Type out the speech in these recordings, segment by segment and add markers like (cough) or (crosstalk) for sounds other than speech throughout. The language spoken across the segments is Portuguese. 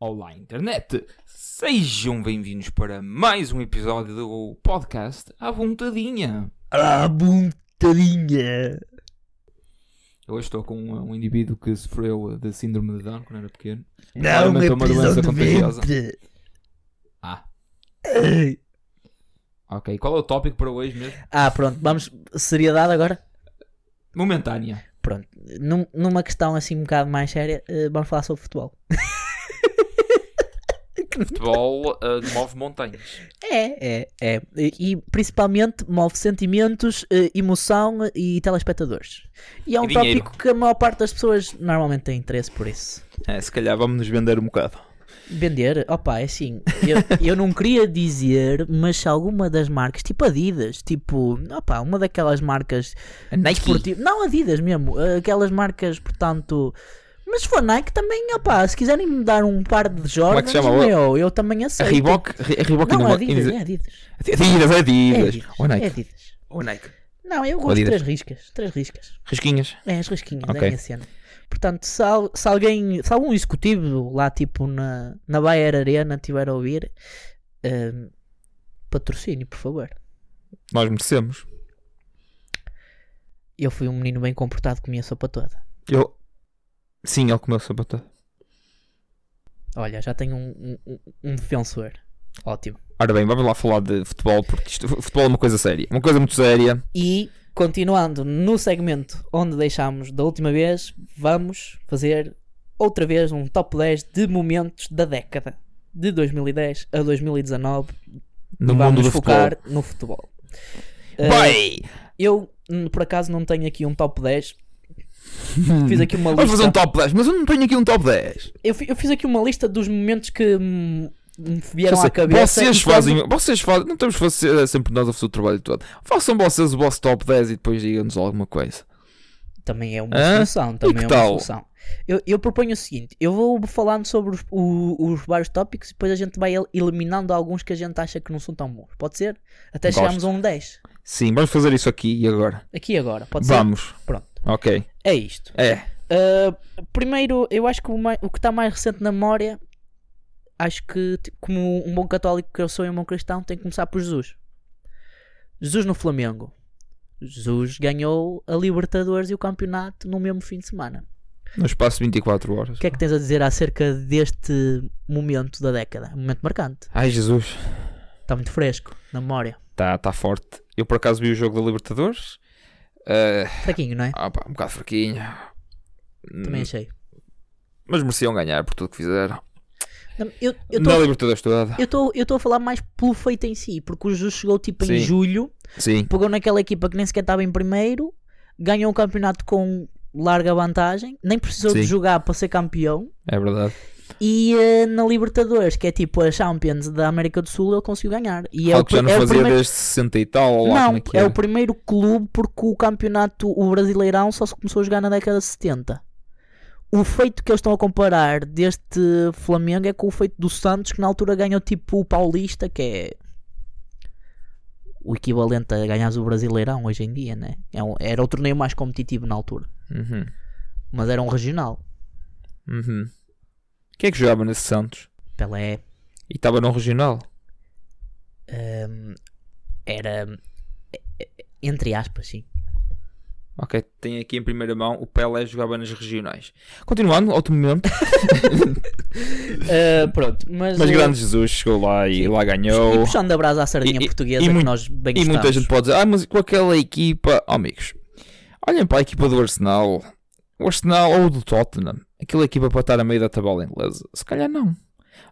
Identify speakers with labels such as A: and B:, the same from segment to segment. A: Olá internet! Sejam bem-vindos para mais um episódio do podcast à vontadinha.
B: Ah, bontadinha!
A: Eu hoje estou com um um indivíduo que sofreu de síndrome de Down quando era pequeno.
B: Não,
A: Claramente
B: é
A: é uma
B: prisão
A: doença
B: de
A: contagiosa.
B: ventre!
A: Ah.
B: Ai.
A: Ok, qual é o tópico para hoje mesmo?
B: Ah, pronto, vamos. Seriedade agora?
A: Momentânea.
B: Pronto, num- numa questão assim um bocado mais séria, eh, vamos falar sobre futebol.
A: Futebol eh, move montanhas.
B: É, é, é. E, e principalmente move sentimentos, eh, emoção e telespectadores. E é um
A: E dinheiro.
B: tópico que a maior parte das pessoas normalmente tem interesse por isso.
A: É, se calhar vamos nos vender um bocado.
B: Vender, opa, é assim, eu, eu não queria dizer, mas se alguma das marcas, tipo Adidas, tipo, opa, uma daquelas marcas desportivas, não Adidas mesmo, eh, aquelas marcas, portanto, mas se for Nike também, opa, se quiserem me dar um par de
A: é
B: Jordans,
A: que se chama?
B: meu, eu também aceito.
A: Reebok? Re- Reebok
B: Não,
A: ainda-
B: Adidas,
A: ainda-
B: é Adidas,
A: Adidas, Adidas.
B: é Adidas,
A: Ou
B: é
A: Nike.
B: Adidas.
A: Ou Nike.
B: Não, eu gosto
A: Adidas.
B: de três riscas, três riscas.
A: Risquinhas.
B: É, as risquinhas
A: Ok.
B: da minha cena. Portanto, se, al- se alguém, se algum executivo lá tipo na, na Bayer Arena tiver a ouvir, ehm, patrocínio, por favor.
A: Nós merecemos.
B: Eu fui um menino bem comportado, comia sopa toda.
A: Eu... Sim, ele comeu sapato.
B: Olha, já tenho um, um- um defensor. Ótimo.
A: Ora bem, vamos lá falar de futebol, porque isto, futebol é uma coisa séria. Uma coisa muito séria.
B: E, continuando no segmento onde deixámos da última vez, vamos fazer outra vez um top 10 de momentos da década. De 2010 a 2019,
A: No
B: vamos
A: mundo do
B: focar eh,
A: futebol.
B: no futebol.
A: Bem!
B: Eu, hum, por acaso, não tenho aqui um top 10. Fiz aqui uma
A: Vamos fazer um
B: lista.
A: top 10, mas eu não tenho aqui um top 10.
B: Eu, fi- eu fiz aqui uma lista dos momentos que hum, me
A: Eu
B: vieram
A: sei,
B: à cabeça.
A: vocês
B: e foram-
A: fazem, vocês fazem, não temos que fazer eh, sempre nós a fazer o trabalho todo. Façam vocês o vosso top 10 e depois digam-nos alguma coisa.
B: Também é uma
A: Hã?
B: solução. Também
A: que
B: é uma
A: tal?
B: solução. Eu, eu proponho o seguinte: eu vou falando sobre os, o- os vários tópicos e depois a gente vai el- eliminando alguns que a gente acha que não são tão bons. Pode ser? Até
A: Gosto.
B: chegarmos a um 10.
A: Sim, vamos fazer isso aqui e agora.
B: Aqui agora. Pode
A: Vamos.
B: ser? Pronto.
A: Ok.
B: É isto.
A: É.
B: Uh, primeiro, eu acho que o, mai- o que está mais recente na memória, acho que, ti- como um bom católico que eu sou e um bom cristão, tem que começar por Jesus. Jesus no Flamengo. Jesus ganhou a Libertadores e o campeonato no mesmo fim de semana.
A: No espaço de 24 horas.
B: O que é que tens a dizer acerca deste momento da década? Um momento marcante.
A: Ai Jesus.
B: Está muito fresco na memória.
A: Está tá forte. Eu por acaso vi o jogo da Libertadores. Ah,
B: Fraquinho, não é?
A: ah pá, um bocado fraquinho.
B: Também achei.
A: Mas mereciam ganhar por tudo que fizeram.
B: Não, Eu
A: Na Libertadores toda.
B: estou a falar mais pelo feito em si, porque o Jesus chegou tipo em
A: Sim.
B: julho
A: Sim.
B: pegou naquela equipa que nem sequer estava em primeiro, ganhou um campeonato com larga vantagem, nem precisou de
A: Sim.
B: jogar para ser campeão.
A: É verdade.
B: E eh, na Libertadores, que é tipo a Champions da América do Sul, ele conseguiu ganhar. E é
A: Algo que já
B: pri-
A: não
B: é
A: fazia
B: primeiro-
A: desde 60 e tal. ou lá,
B: Não,
A: como é, que
B: é
A: era.
B: o primeiro clube porque o campeonato, o Brasileirão, só se começou a jogar na década de 70. O feito que eles estão a comparar deste Flamengo é com o feito do Santos, que na altura ganhou tipo o Paulista, que é o equivalente a ganhares o Brasileirão hoje em dia, né? É um- Era o torneio mais competitivo na altura,
A: Uhum.
B: mas era um regional.
A: Uhum. Quem é que jogava nesse Santos?
B: Pelé
A: E estava num regional?
B: ehm, era, eh, eh, entre
A: (laughs)
B: aspas, sim.
A: Ok, tem aqui em primeira mão o Pelé jogava nas regionais. Continuando, outro momento.
B: Eh, pronto, mas,
A: Mas
B: eh,
A: grande Jesus chegou lá e lá
B: E
A: ganhou.
B: puxando a brasa à sardinha
A: E- e-
B: portuguesa
A: e
B: que
A: mui-
B: nós bem
A: E muita
B: gostamos.
A: gente pode dizer, ah, mas com aquela equipa. Oh, amigos, olhem para a equipa do Arsenal. O Arsenal ou do Tottenham. Aquela equipa para estar a meio da tabela inglesa. Se calhar não.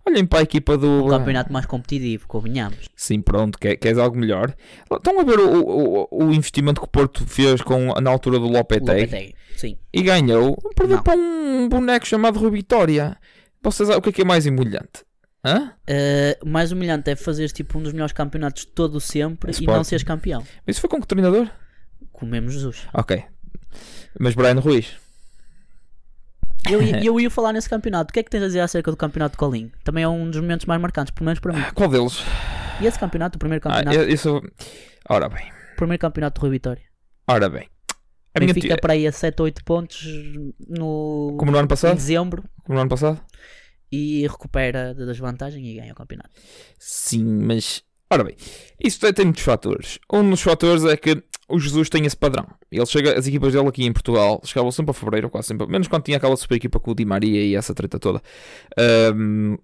A: Olhem para a equipa do.
B: O campeonato mais competitivo, convenhamos.
A: Sim, pronto, quer, queres algo melhor? Estão a ver o, o- o investimento que o Porto fez com, na altura do
B: O
A: Lopetegui,
B: Lopetegui, sim.
A: e ganhou, perdeu
B: Não.
A: para um boneco chamado Rui Vitória. Vocês sabem o que é que é mais embrulhante? Hã?
B: Eh, o mais humilhante é fazer tipo um dos melhores campeonatos de todo sempre e
A: Sporting.
B: não seres campeão.
A: Isso foi com que treinador?
B: Comemos
A: (laughs)
B: Jesus.
A: Ok. Mas Brian Ruiz,
B: Eu, ia- eu ia falar nesse campeonato. O que é que tens a dizer acerca do campeonato de Colim? Também é um dos momentos mais marcantes, pelo menos para mim.
A: qual deles?
B: E esse campeonato, o primeiro
A: Ah,
B: campeonato,
A: eu- isso... Ora bem,
B: o primeiro campeonato do Rui Vitória.
A: ora bem. A minha
B: Benfica
A: te-
B: para aí a 7 ou 8 pontos no
A: Como no ano
B: em
A: passado?
B: dezembro.
A: Como no ano passado?
B: e recupera da desvantagem e ganha o campeonato.
A: Sim, mas. Ora bem, isso tem- tem muitos fatores. Um dos fatores é que o Jesus tem esse padrão. Ele chega, as equipas dele aqui em Portugal chegavam sempre a fevereiro, quase sempre, menos quando tinha aquela super equipa com o Di Maria e essa treta toda. Ahm,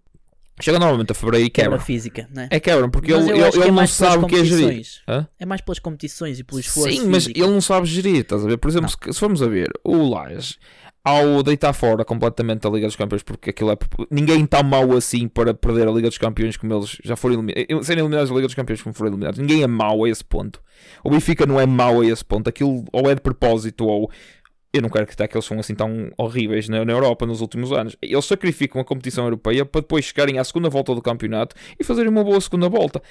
A: chega normalmente a fevereiro e
B: Quebra
A: quebra.
B: física, né?
A: É quebra, porque
B: Mas
A: ele,
B: eu
A: ele,
B: acho que
A: ele
B: é
A: não
B: mais pelas
A: sabe o que é gerir.
B: competições.
A: Hã?
B: É mais pelas competições e pelo esforço.
A: Sim, mas
B: físico.
A: ele não sabe gerir, estás a ver? Por exemplo, se, se formos a ver, o Lages, ao deitar fora completamente a Liga dos Campeões, porque aquilo é. Ninguém está mau assim para perder a Liga dos Campeões como eles já foram eh, eliminados. Serem eliminados da Liga dos Campeões como foram eliminados. Ninguém é mau a esse ponto. O Benfica não é mau a esse ponto. Aquilo ou é de propósito ou. Eu não quero que, tá, que eles são assim tão horríveis na, na Europa nos últimos anos. Eles sacrificam a competição europeia para depois chegarem à segunda volta do campeonato e fazerem uma boa segunda volta.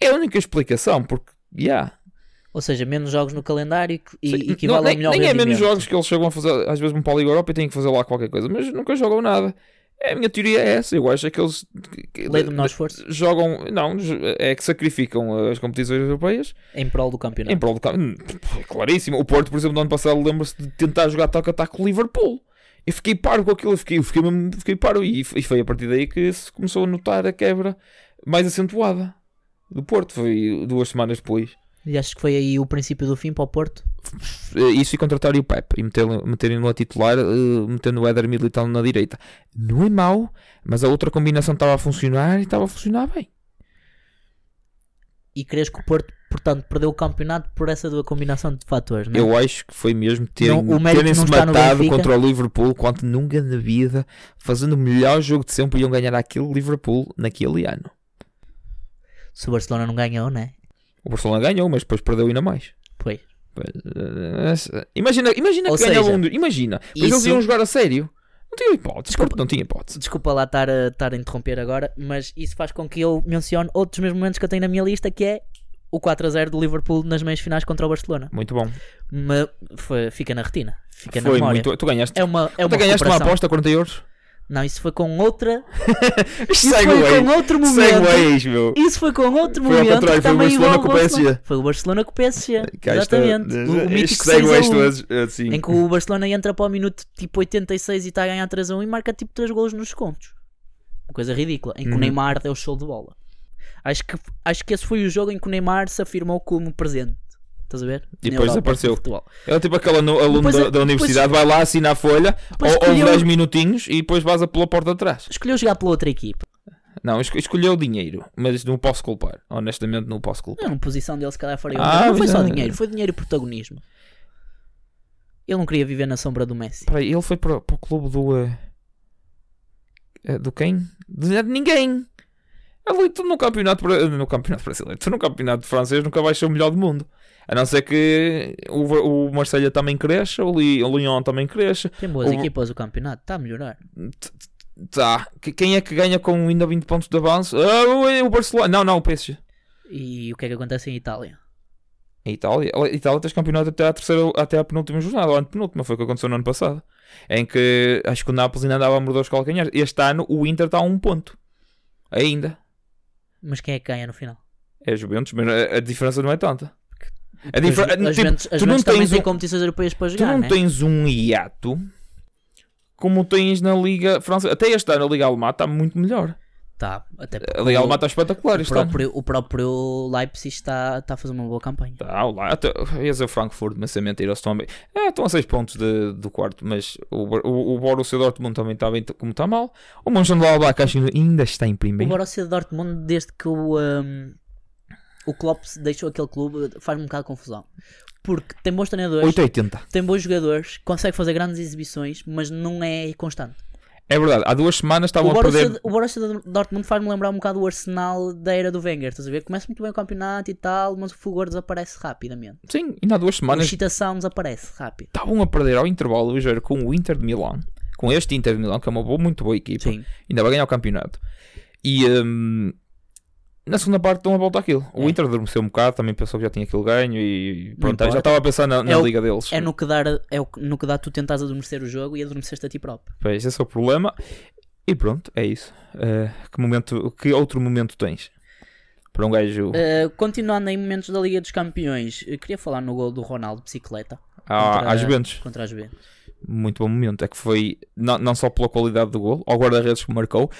A: É a única explicação, porque, yeah,
B: Ou seja, menos jogos no calendário e- e
A: Sim, não,
B: equivale
A: nem,
B: a melhor
A: nem é menos
B: rendimento.
A: jogos que eles chegam a fazer, às vezes vão para a Liga Europa e têm que fazer lá qualquer coisa, mas nunca jogam nada. É, A minha teoria é essa, eu acho é que eles que- que-
B: Lei do menor esforço
A: jogam, não, j- é que sacrificam as competições europeias
B: em prol do campeonato.
A: em prol do campo. É claríssimo. O Porto, por exemplo, no ano passado lembra-se de tentar jogar toca ataque com o Liverpool. Eu fiquei paro com aquilo, eu fiquei, eu fiquei, mesmo- fiquei paro e, f- e foi a partir daí que se começou a notar a quebra mais acentuada do Porto, foi duas semanas depois.
B: E acho que foi aí o princípio do fim para o Porto.
A: Eh, isso e contratar o Pep e meter- meterem-no a titular, eh, metendo o Éder Militão na direita. Não é mau, mas a outra combinação estava a funcionar e estava a funcionar bem.
B: E crees que o Porto, portanto, perdeu o campeonato por essa duas combinação de fatores, não é?
A: Eu acho que foi mesmo terem-
B: Não, o mérito
A: terem-se
B: não está no
A: matado
B: Benfica.
A: contra o Liverpool quanto nunca na vida, fazendo o melhor jogo de sempre, iam ganhar aquele Liverpool naquele ano.
B: Se o Barcelona não ganhou, né?
A: O Barcelona ganhou, mas depois perdeu ainda mais.
B: Pois.
A: Eh, Imagina, imagina
B: Ou
A: que ganhavam
B: seja,
A: um. Imagina, mas eles
B: isso-
A: iam jogar a sério. Não tinha hipótese, Porto não tinha hipótese.
B: Desculpa lá estar a, estar a interromper agora, mas isso faz com que eu mencione outros mesmos momentos que eu tenho na minha lista, que é o 4 a 0 do Liverpool nas meias finais contra o Barcelona.
A: Muito bom.
B: Mas foi- fica na retina, fica na
A: Foi
B: memória.
A: muito. Tu ganhaste.
B: É uma, é uma
A: Até ganhaste uma
B: recuperação.
A: aposta a 40 euros?
B: Não, isso foi com outra. Isso foi
A: Segway.
B: com outro momento.
A: Segways, meu.
B: Isso foi com outro
A: Foi ao contrário,
B: momento. que
A: foi o
B: também
A: Barcelona
B: igual
A: com o
B: ao Barcelona.
A: PSG.
B: Foi o Barcelona com o PSG.
A: Cá está.
B: Exatamente. O, o mítico
A: Estes segways
B: 6 a 1,
A: todos, assim.
B: Em que o Barcelona entra para o minuto tipo 86 e está a ganhar 3 a 1 e marca tipo 3 golos nos descontos. Uma coisa ridícula. Em que
A: Uhum.
B: o Neymar deu show de bola. Acho que, acho que esse foi o jogo em que o Neymar se afirmou como presente. Estás a ver?
A: E
B: Na
A: depois
B: Europa,
A: desapareceu.
B: no futebol.
A: É tipo aquele anu- aluno
B: Depois-
A: da, da universidade, vai lá, assina a folha,
B: depois
A: ou, ouve
B: escolheu-
A: 10 minutinhos e depois vaza pela porta de trás.
B: Escolheu jogar pela outra equipa.
A: Não, es- escolheu o dinheiro, mas não o posso culpar. Honestamente, não o posso culpar.
B: Não, a posição dele se calhar faria o
A: Ah,
B: mesmo. Não foi
A: mas
B: só
A: é-
B: dinheiro, foi dinheiro e protagonismo. Ele não queria viver na sombra do Messi.
A: Espera aí, ele foi para, para o clube do. eh, eh, do quem? De ninguém! Ali, tu no campeonato, bra- no campeonato brasileiro, tu no campeonato francês nunca vais ser o melhor do mundo. A não ser que o, Ver- o Marselha também cresça, o, Li- o Lyon também cresça.
B: Tem boas
A: O-
B: equipas o campeonato, está a melhorar.
A: Tá, que- quem é que ganha com ainda 20 pontos de avanço? Ah, o- o Barcelona. Não, não, o PSG.
B: E o que é que acontece em Itália?
A: A Itália, a Itália tens campeonato até à, terceira, até à penúltima jornada, ou antepenúltima, foi o que aconteceu no ano passado. Em que acho que o Nápoles ainda andava a morder os calcanhares. Este ano o Inter está a um ponto. Ainda.
B: Mas quem é que ganha no final?
A: É Juventus, mas a, a diferença não é tanta. A
B: Porque
A: diferença.
B: as, as Juventus, as
A: é tipo, tu não
B: Juventus também
A: tens
B: têm
A: um-
B: competições europeias para
A: tu
B: jogar,
A: não
B: né?
A: tens um hiato como tens na Liga Francesa. Até este ano a Liga Alemã está muito melhor.
B: Tá, até porque
A: A Liga
B: o-
A: Alemã está espetacular.
B: o
A: Este ano.
B: próprio, o próprio Leipzig está, está a fazer uma boa campanha.
A: Tá, lá, até, eu ia dizer o Frankfurt, mas é mentira, eles estão bem. É, estão a 6 pontos de- do quarto, mas o, Bor- o, o Borussia Dortmund também está bem, como está mal. O Mönchengladbach acho que ainda está em
B: O
A: primeiro.
B: Borussia Dortmund, desde que o, um, o Klopp se deixou aquele clube, faz-me um bocado de confusão. Porque tem bons treinadores,
A: 8,80.
B: tem bons jogadores, consegue fazer grandes exibições, mas não é constante.
A: É verdade, há duas semanas estavam
B: o,
A: a
B: Borussia,
A: perder.
B: o Borussia Dortmund faz-me lembrar um bocado o Arsenal da era do Wenger, estás a ver? Começa muito bem o campeonato e tal, mas o fulgor desaparece rapidamente.
A: Sim, ainda há duas
B: A
A: semanas
B: excitação desaparece rápido.
A: estavam a perder ao intervalo ligeiro com o Inter de Milão, com este Inter de Milão, que é uma boa, muito boa equipa.
B: Sim.
A: ainda vai ganhar o campeonato. E hum, na segunda parte estão a volta àquilo. O
B: É.
A: Inter adormeceu um bocado, também pensou que já tinha aquilo ganho e pronto,
B: importa.
A: já estava a pensar na, na
B: É o-
A: liga deles.
B: É no que, dar, é o que- no que dá tu tentas adormecer o jogo e adormeceste a ti próprio.
A: Pois, esse é o problema. E pronto, é isso. Eh, que, momento, que outro momento tens? Para um gajo.
B: Uh, continuando em momentos da Liga dos Campeões, eu queria falar no gol do Ronaldo de bicicleta
A: à-
B: contra-
A: às Juventus.
B: contra as Juventus.
A: muito bom momento. É que foi não, não só pela qualidade do gol, ao guarda-redes que marcou,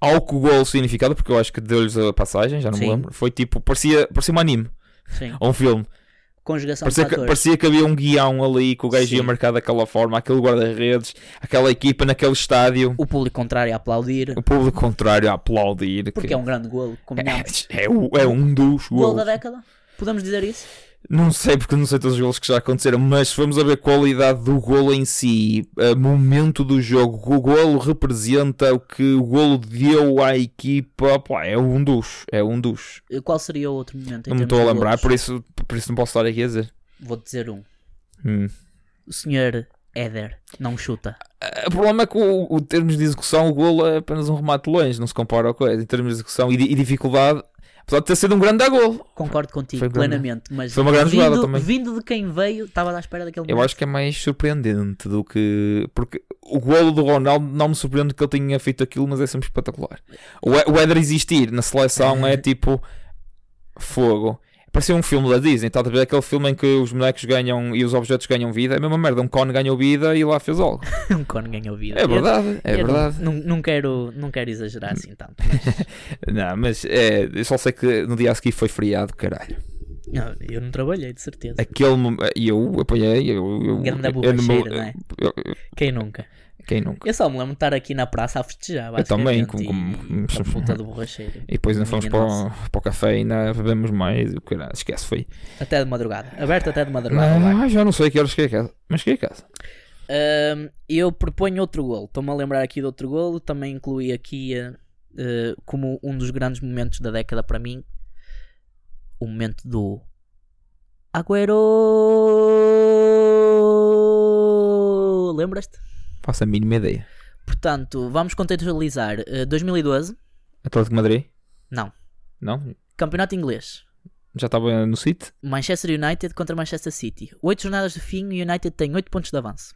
A: ao que o gol significado, porque eu acho que deu-lhes a passagem, já não
B: Sim. É
A: me lembro. Foi tipo, parecia, parecia um anime
B: Sim.
A: ou um filme.
B: Conjugação de
A: Parecia que,
B: fatores.
A: parecia que havia um guião ali que o gajo ia
B: Sim.
A: marcar daquela forma, aquele guarda-redes, aquela equipa naquele estádio,
B: O público contrário a aplaudir.
A: o público contrário a aplaudir.
B: Porque
A: que-
B: é um grande golo,
A: (laughs)
B: combinamos.
A: é, é o- é um dos
B: Golo da
A: gols.
B: década? Podemos dizer isso?
A: Não sei porque não sei todos os golos que já aconteceram, mas se formos a ver a qualidade do golo em si, a momento do jogo, o golo representa o que o golo deu à equipa, pá, é um dos, é um dos.
B: Eh, Qual seria o outro momento? em
A: Não me
B: termos
A: estou a
B: de
A: lembrar,
B: golos?
A: por isso, por isso não posso estar aqui a dizer.
B: Vou dizer um.
A: Hum.
B: O senhor Éder não chuta.
A: Ah, O problema é que o, o termos de execução, o golo é apenas um remate longe, não se compara ao coisa. Em termos de execução e, di- e dificuldade, apesar de ter sido um grande a golo,
B: Concordo contigo
A: Foi grande.
B: plenamente, mas
A: Foi uma grande
B: vindo,
A: jogada também.
B: vindo de quem veio, estava à espera daquele
A: eu
B: momento.
A: acho que é mais surpreendente do que. Porque o golo do Ronaldo não me surpreende que ele tenha feito aquilo, mas é sempre espetacular. O, E- o Éder existir na seleção
B: Uhum.
A: é tipo. fogo. Parecia um filme da Disney, estás a ver aquele filme em que os bonecos ganham e os objetos ganham vida, é a mesma merda. Um cone ganhou vida e lá fez
B: (laughs)
A: algo.
B: um cone ganhou vida.
A: É
B: Eu-
A: verdade, é
B: eu não-
A: verdade.
B: Não, não quero, não quero exagerar assim tanto.
A: Não, mas é, eu só sei que no dia a seguir foi feriado, caralho.
B: (laughs) Não, eu não trabalhei, de certeza.
A: Aquele momento. Eu apanhei. Eu, eu,
B: Grande
A: eu- eu
B: borracheira,
A: não-
B: não é?
A: eu- eu-
B: Quem nunca?
A: Quem nunca?
B: Eu só me lembro de estar aqui na praça a festejar.
A: Eu também,
B: basicamente,
A: com- com- (laughs)
B: e a puta do borracheiro.
A: E depois ainda fomos
B: Minha
A: para
B: nossa.
A: o, para o café e ainda bebemos mais. o caralho, Esquece, foi.
B: Até de madrugada. Aberto até de madrugada. vai.
A: Não, já não sei a que horas cheguei a casa. Mas cheguei a casa.
B: Ahm, eu proponho outro golo. Estou-me a lembrar aqui de outro golo. Também incluí aqui eh, eh, como um dos grandes momentos da década para mim. O momento do Agüero. Lembras-te?
A: Faço a mínima ideia.
B: Portanto, vamos contextualizar. Eh, 2012,
A: Atlético de Madrid?
B: Não.
A: Não?
B: Campeonato Inglês.
A: Já estava no sítio?
B: Manchester United contra Manchester City. 8 jornadas do fim, o United tem 8 pontos de avanço.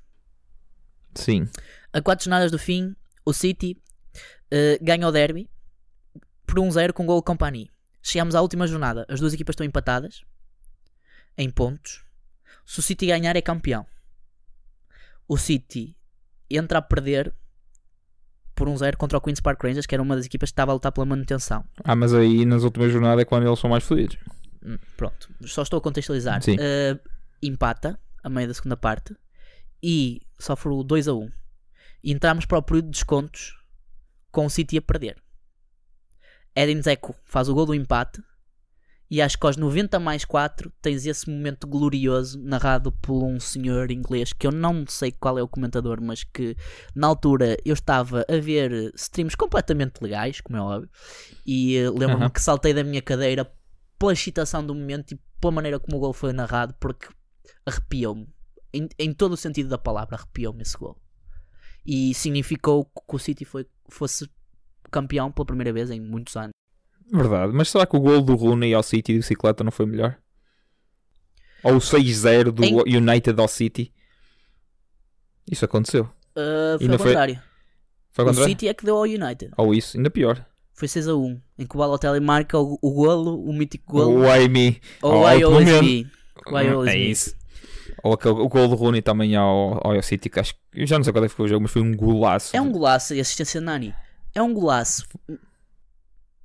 A: Sim.
B: A 4 jornadas do fim, o City eh, ganha o derby por 1-0 com o gol de Company. Chegamos à última jornada, as duas equipas estão empatadas em pontos. Se o City ganhar, é campeão. O City entra a perder por 1-0 contra o Queen's Park Rangers, que era uma das equipas que estava a lutar pela manutenção.
A: Ah, mas aí nas últimas jornadas é quando eles são mais felizes.
B: Hum, Pronto, só estou a contextualizar.
A: Sim.
B: Eh, empata a meio da segunda parte e sofre o 2 a 1. E entramos para o período de descontos com o City a perder. Edin Dzeko faz o gol do empate e acho que aos 90 mais 4 tens esse momento glorioso narrado por um senhor inglês que eu não sei qual é o comentador, mas que na altura eu estava a ver streams completamente legais, como é óbvio, e eh, lembro-me
A: Aham.
B: que saltei da minha cadeira pela excitação do momento e pela maneira como o gol foi narrado, porque arrepiou-me. Em, em todo o sentido da palavra, arrepiou-me esse gol. E significou que o City foi, fosse campeão pela primeira vez em muitos anos.
A: Verdade. Mas será que o gol do Rooney ao City de bicicleta não foi melhor? Ou o 6-0 do
B: Em-
A: United ao City? Isso aconteceu.
B: Ah, foi
A: Ainda
B: ao
A: foi
B: contrário.
A: Foi ao
B: O
A: contrário?
B: City é que deu ao United.
A: Ou isso, ainda pior.
B: Foi 6 a 1, em que o Balotelli marca o, o golo, o mítico golo.
A: O Amy.
B: ou
A: ao
B: I always
A: momento.
B: be. O I always
A: é
B: be.
A: isso. Ou aquele, o gol do Rooney também ao, ao City, que acho que eu já não sei qual é que foi o jogo, mas foi um golaço.
B: É um golaço e assistência de Nani. É um golaço.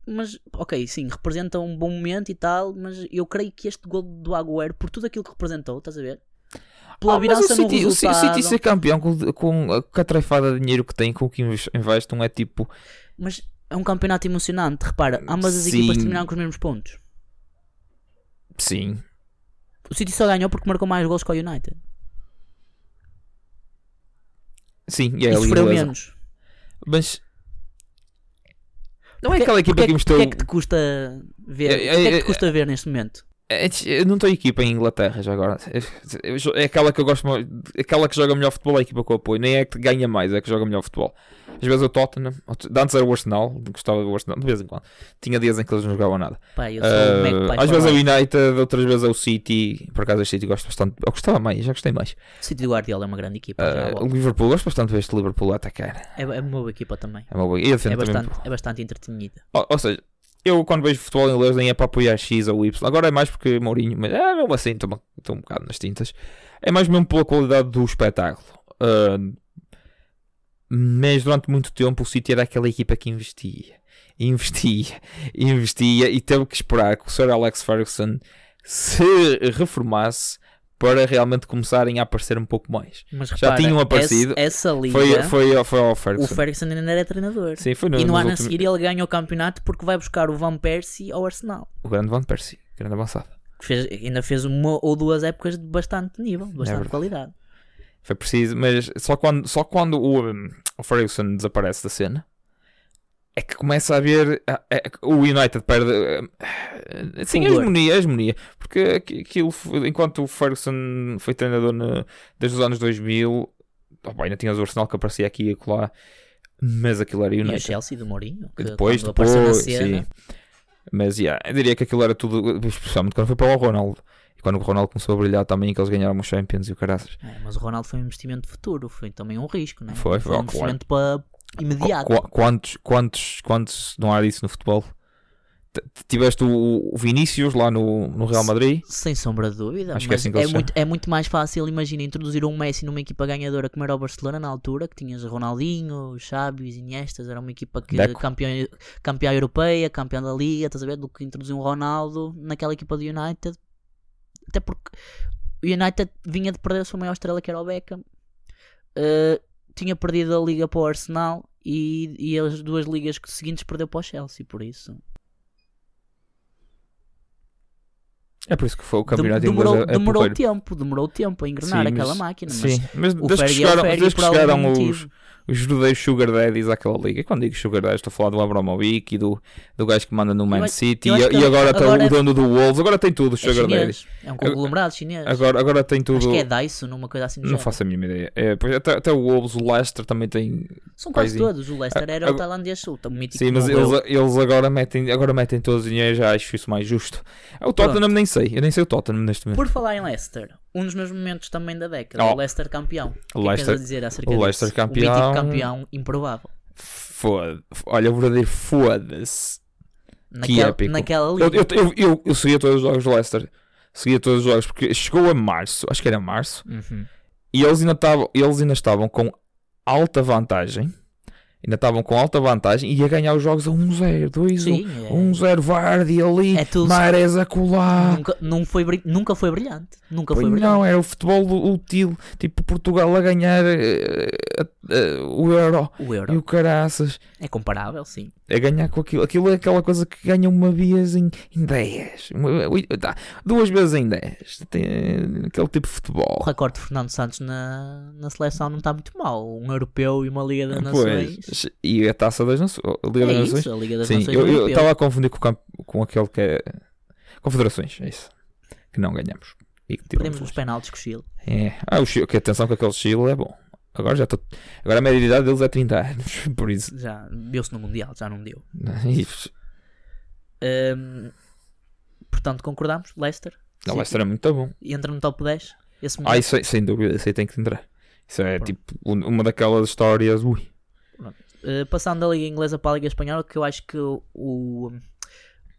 B: Mas, ok, sim, representa um bom momento e tal, mas eu creio que este gol do Agüero, por tudo aquilo que representou, estás a ver? Pela
A: Ah, mas
B: virança
A: o
B: no
A: City, o Ci- o
B: resultado,
A: City ser campeão com, com, com a traifada de dinheiro que tem, com o que inves- investem, é tipo.
B: mas é um campeonato emocionante, repara, ambas as
A: Sim.
B: equipas terminaram com os mesmos pontos.
A: Sim.
B: O City só ganhou porque marcou mais gols que o United.
A: Sim, e é
B: e
A: a
B: sofreu
A: inglesa.
B: menos.
A: Mas. Não
B: Porque-
A: é aquela
B: porque
A: equipa
B: é
A: que
B: que,
A: investiu.
B: porque é que te custa
A: É-
B: ver?
A: é-
B: Porque é que
A: é-
B: te custa ver neste momento?
A: É, eu não estou equipa em Inglaterra já agora. É, é aquela que eu gosto mais- Aquela que joga melhor futebol é a equipa que eu apoio. Nem é que ganha mais, é que joga melhor futebol. Às vezes o Tottenham. ou- Antes era o Arsenal, gostava do Arsenal, de vez em quando. Tinha dias em que eles não jogavam nada.
B: Pá, eu sou um
A: Ah,
B: o Magpie
A: às
B: for
A: vezes é o
B: life.
A: United, outras vezes é o City. Por acaso o City gosto bastante. Eu gostava mais, já gostei mais.
B: O City do Guardiola é uma grande equipa. já
A: Ah,
B: volto.
A: o Liverpool, gosto bastante de ver este Liverpool a atacar.
B: é, é uma boa equipa também.
A: É uma boa. E a defesa
B: É
A: também.
B: bastante, é bastante entretenida.
A: Ou, ou seja, eu quando vejo futebol inglês nem é para apoiar X ou Y. Agora é mais porque ah, Mourinho, mas é mesmo assim, estou um bocado nas tintas. É mais mesmo pela qualidade do espetáculo. uh, mas durante muito tempo o City era aquela equipa que investia, investia, (laughs) investia e teve que esperar que o Sir Alex Ferguson se reformasse para realmente começarem a aparecer um pouco mais.
B: Mas
A: Já
B: repara,
A: tinham aparecido.
B: Essa, essa liga,
A: Foi, foi, foi ao Ferguson.
B: o Ferguson ainda era treinador.
A: Sim, foi no,
B: e no
A: nos
B: ano a
A: últimos-
B: seguir ele ganha o campeonato porque vai buscar o Van Persie ao Arsenal.
A: O grande Van Persie, grande avançado.
B: Que fez- ainda fez uma ou duas épocas de bastante nível, de bastante
A: É verdade.
B: qualidade.
A: Foi preciso, mas só quando, só quando o, hum, o Ferguson desaparece da cena é que começa a haver. a- é que o United perde. hum, Sim, a
B: Fulgor.
A: hegemonia, a hegemonia. Porque aqui- aquilo, foi- enquanto o Ferguson foi treinador na- desde os anos 2000, oh, bem, ainda tinhas o Arsenal que aparecia aqui e acolá, mas aquilo era
B: E o
A: United.
B: Chelsea do Mourinho, que
A: depois,
B: quando apareceu na
A: depois,
B: cena,
A: sim. Mas yeah, eu diria que aquilo era tudo, especialmente quando foi para o Ronaldo. E quando o Ronaldo começou a brilhar também, que eles ganharam os Champions e o caraças.
B: É, mas o Ronaldo foi um investimento futuro, foi também um risco, não é?
A: Foi, foi,
B: um
A: ó,
B: investimento para imediato.
A: Qu- quantos, quantos, quantos não há disso no futebol? T- t- Tiveste o, o Vinícius lá no, no Real Madrid.
B: Sem sombra de dúvida,
A: Acho que é
B: mas
A: assim que
B: é,
A: eles
B: muito, é muito mais fácil, imagina, introduzir um Messi numa equipa ganhadora como era o Barcelona na altura, que tinhas Ronaldinho, Xabi, Iniestas, era uma equipa que
A: Deco.
B: campeã, campeã europeia, campeã da liga, estás a ver, do que introduzir um Ronaldo naquela equipa do United, até porque o United vinha de perder a sua maior estrela que era o Beckham, Eh, tinha perdido a liga para o Arsenal e, e as duas ligas que- seguintes perdeu para o Chelsea, por isso...
A: É por isso que foi o
B: Dem-
A: campeonato
B: demorou,
A: inglês. É, é
B: demorou
A: porreiro.
B: tempo, demorou tempo a engrenar
A: Sim,
B: aquela
A: mas-
B: máquina.
A: Sim, mas
B: Mas o
A: desde que
B: Fergie é o
A: chegaram,
B: Fergie
A: desde que
B: por algum
A: chegaram os,
B: motivo. É
A: os judeios Sugar Daddies àquela liga. E Quando digo Sugar Daddies, estou a falar do Abramovic e do, do gajo que manda no Man
B: acho-
A: City.
B: eu
A: E,
B: acho que
A: e agora está
B: agora-
A: o dono do Wolves. Agora tem tudo, os
B: É
A: Sugar Daddies.
B: chinês, é um conglomerado chinês.
A: Agora, agora tem tudo.
B: Acho que é Dyson, uma coisa assim. do
A: Não
B: género.
A: faço a mínima ideia. É, pois até, até o Wolves, o Leicester também tem.
B: São quase
A: coisinha.
B: todos. O Leicester era o
A: agora-
B: tailandês, o t- mítico.
A: Sim, mas
B: morreu.
A: eles, eles agora, metem, agora metem todos os dinheiro, já acho isso mais justo. Ah, O Tottenham nem sei, eu nem sei o Tottenham neste momento.
B: Por falar em Leicester, um dos meus momentos também da década,
A: Oh.
B: o Leicester campeão.
A: O
B: O que é que tens a
A: Leicester-
B: dizer acerca
A: o
B: disso?
A: Leicester
B: O mítico
A: campeão-
B: campeão improvável.
A: Foda Olha, o verdadeiro foda-se.
B: Naquela,
A: épico.
B: naquela
A: Eu,
B: liga.
A: eu, eu, eu, eu seguia todos os jogos do Leicester. Seguia todos os jogos, porque chegou a março, acho que era março,
B: Uhum.
A: e eles ainda estavam, eles ainda estavam com alta vantagem. Ainda estavam com alta vantagem e ia ganhar os jogos a 1-0, 2-1.
B: Sim, é.
A: 1-0 Vardy ali,
B: É tudo-
A: Mares a colar.
B: Nunca, não foi, bri- nunca foi brilhante. Nunca foi
A: Pois
B: brilhante.
A: não, era o futebol útil, tipo Portugal a ganhar eh, eh, o Euro
B: O Euro
A: e o Caraças
B: é comparável, sim.
A: a ganhar com aquilo. Aquilo é aquela coisa que ganha uma vez em, em 10, uma- ui, tá, duas vezes em 10. Tem, eh, aquele tipo de
B: o
A: futebol.
B: recorde de Fernando Santos na, na seleção não está muito mal. Um europeu e uma Liga das Nações.
A: Pois, e a taça das Nações, a Liga
B: é
A: das Nações.
B: isso, a Liga das
A: Sim,
B: Nações é um
A: eu- eu
B: europeu.
A: estava a confundir com, o campo- com aquele que é Confederações, é isso que não ganhamos. E que
B: Perdemos
A: tiramos
B: nos penaltis com o Chile.
A: É. Ah, o Chile, que atenção que aquele Chile é bom. Agora já estou. Agora a média de idade deles é 30 anos, (laughs) por isso. né?
B: Já deu-se no Mundial, já não deu.
A: Isso.
B: Ahm, portanto, concordamos, Leicester
A: Não,
B: Sim.
A: vai ser muito bom.
B: entra no top 10. Esse
A: Ah,
B: momento,
A: isso aí, sem dúvida, isso aí tem que entrar. Isso é
B: Pronto.
A: tipo um- uma daquelas histórias. Ui.
B: eh, passando da Liga Inglesa para a Liga Espanhola, que eu acho que o, o-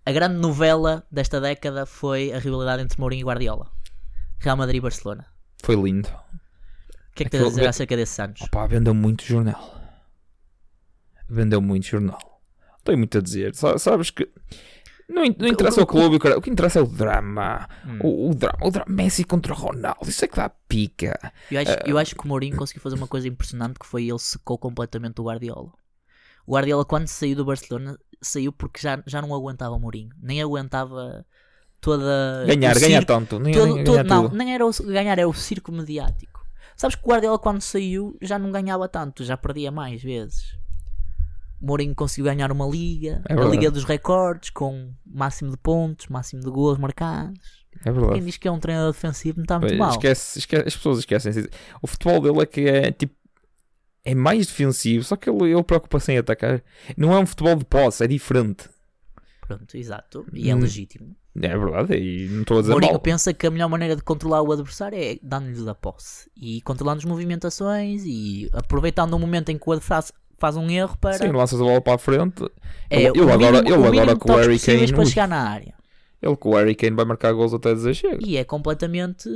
B: a grande novela desta década foi a rivalidade entre Mourinho e Guardiola. Real Madrid e Barcelona.
A: Foi lindo.
B: O que é que tens a
A: Aquilo-
B: dizer acerca desses anos?
A: Opa, vendeu muito jornal. Vendeu muito jornal. Não tenho muito a dizer. Sa- Sabes que. Não, in- não interessa o clube, o cara. O que interessa é o drama.
B: Hum.
A: O, o drama. O drama Messi contra Ronaldo. Isso é que dá pica.
B: Eu
A: Eh,
B: acho, eu acho que o Mourinho conseguiu fazer uma coisa impressionante que foi ele secou completamente o Guardiola. O Guardiola quando saiu do Barcelona saiu porque já, já não aguentava o Mourinho, nem aguentava toda
A: Ganhar,
B: É, o
A: ganhar
B: circo-
A: tanto. Nem,
B: todo-
A: nem
B: todo-
A: ganhar
B: não,
A: tudo.
B: nem era o ganhar era o circo mediático. Sabes que o Guardiola quando saiu já não ganhava tanto, já perdia mais vezes. O Mourinho conseguiu ganhar uma liga,
A: É
B: a
A: verdade.
B: liga dos recordes com máximo de pontos, máximo de gols marcados.
A: É verdade.
B: Quem diz que é um treinador defensivo não está muito
A: Pois,
B: mal.
A: Esquece, esquece- as pessoas esquecem. O futebol dele é que é tipo. É mais defensivo, só que ele, ele preocupa-se em atacar. Não é um futebol de posse, é diferente.
B: Pronto, exato. E é
A: Hum.
B: legítimo.
A: É verdade, e não estou a dizer
B: Mourinho
A: mal.
B: pensa que a melhor maneira de controlar o adversário é dando-lhe da posse e controlando as movimentações e aproveitando o momento em que o adversário faz um erro para.
A: Sim, lanças a bola para a frente.
B: é,
A: eu- eu
B: o
A: agora-
B: mínimo-
A: eu
B: o
A: agora
B: mínimo de
A: com o
B: toques
A: Harry
B: possíveis
A: Kane,
B: para
A: ui.
B: é chegar na área. é
A: Ele com o Harry Kane vai marcar gols até dizer chega.
B: E é completamente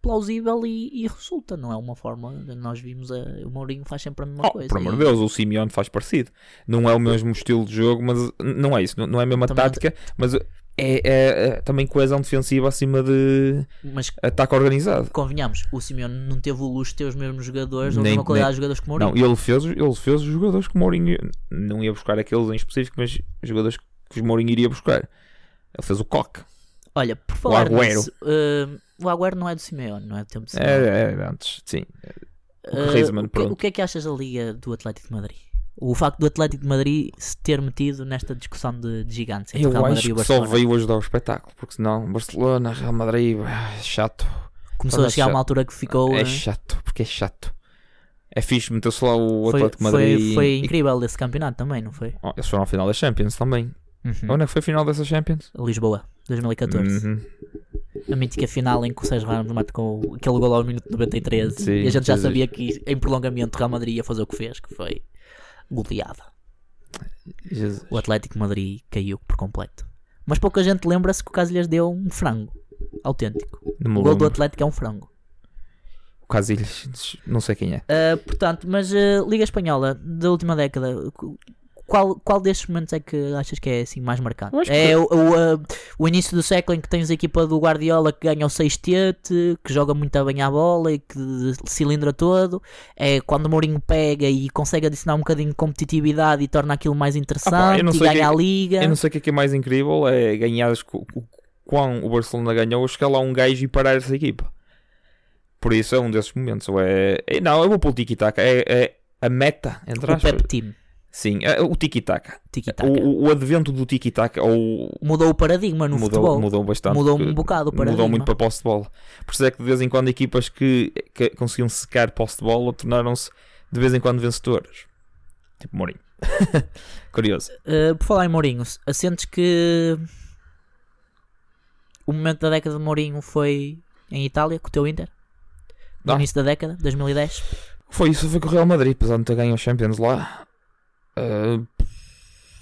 B: plausível e, e resulta, não é uma forma. Nós vimos, a, o Mourinho faz sempre a mesma
A: Oh,
B: coisa.
A: por amor
B: E-
A: de Deus, o Simeone faz parecido. Não é o mesmo estilo de jogo, mas não é isso. Não, não é a mesma
B: Também não
A: tática, mas é, é- é também coesão defensiva acima de
B: Mas
A: ataque organizado.
B: convenhamos, o Simeone não teve o luxo de ter os mesmos jogadores, ou a
A: Nem-
B: mesma qualidade de jogadores que o Mourinho.
A: Não, ele fez, ele fez os jogadores que o Mourinho não ia buscar aqueles em específico, mas jogadores que o Mourinho iria buscar. Ele fez o coque.
B: Olha, por falar
A: Agüero.
B: nisso, eh, o Agüero não é do Simeone, não é do tempo de
A: É,
B: Simeone.
A: é, antes, sim. o
B: Eh,
A: Griezmann,
B: o, que,
A: pronto.
B: o que é que achas da liga do Atlético de Madrid? O facto do Atlético de Madrid se ter metido nesta discussão de, de gigantes entre o
A: Eu
B: Real
A: acho
B: Madrid e o
A: que só
B: Barcelona.
A: veio ajudar o espetáculo, porque senão Barcelona, Real Madrid, ah, chato.
B: Começou a
A: Olha,
B: chegar a uma
A: chato.
B: altura que ficou. eh,
A: É chato, porque é chato. É fixe, meteu-se lá o
B: foi,
A: Atlético de Madrid.
B: foi,
A: e-
B: foi
A: e-
B: incrível esse campeonato também, não foi?
A: Oh, eles foram à final da Champions também.
B: Uhum.
A: Onde é que foi a final dessa Champions?
B: Lisboa, 2014.
A: Uhum.
B: A mítica final em que o Sérgio Ramos mata com o- aquele gol ao minuto 93.
A: Sim,
B: e a gente já
A: Jesus.
B: sabia que em prolongamento o Real Madrid ia fazer o que fez, que foi goleada.
A: Jesus.
B: O Atlético de Madrid caiu por completo. Mas pouca gente lembra-se que o Casilhas deu um frango autêntico.
A: Não me
B: O gol do
A: lembro.
B: Atlético é um frango.
A: O Casilhas, um não sei quem é.
B: Ah, portanto, mas ah, Liga Espanhola da última década, cu- qual, qual destes momentos é que achas que é assim mais marcante?
A: Eu acho que-
B: É o, o, ah, o início do século em que tens a equipa do Guardiola que ganha o sextete, que joga muito bem à bola e que cilindra todo. É quando o Mourinho pega e consegue adicionar um bocadinho de competitividade e torna aquilo mais interessante
A: Ah, não
B: e
A: sei
B: ganha
A: quem-
B: a Liga.
A: Eu não sei o que é, que é mais incrível, é ganhar as co- o- quão o Barcelona ganhou, ou chegar lá um gajo e parar essa equipa. Por isso é um desses momentos. ou É, é- não, eu vou pelo tiki-taka. É, é a meta, entre
B: O
A: aspas.
B: Pep Team,
A: Sim, é o tiki-taka.
B: tiki-taka.
A: O, o advento do tiki-taka, ou
B: Mudou o paradigma no
A: mudou,
B: futebol.
A: mudou bastante.
B: Mudou
A: porque
B: um bocado o
A: Mudou
B: paradigma.
A: muito para posse de bola. Por isso é que de vez em quando equipas que, que conseguiam secar posse de bola tornaram-se de vez em quando vencedoras. Tipo
B: (laughs)
A: Mourinho. Curioso.
B: Uh, por falar em Mourinho, s- sentes que o momento da década de Mourinho foi em Itália, com o teu Inter? No
A: Ah.
B: início da década, 2010?
A: Foi isso, foi com o Real Madrid, apesar de ter ganho os Champions lá. Ah,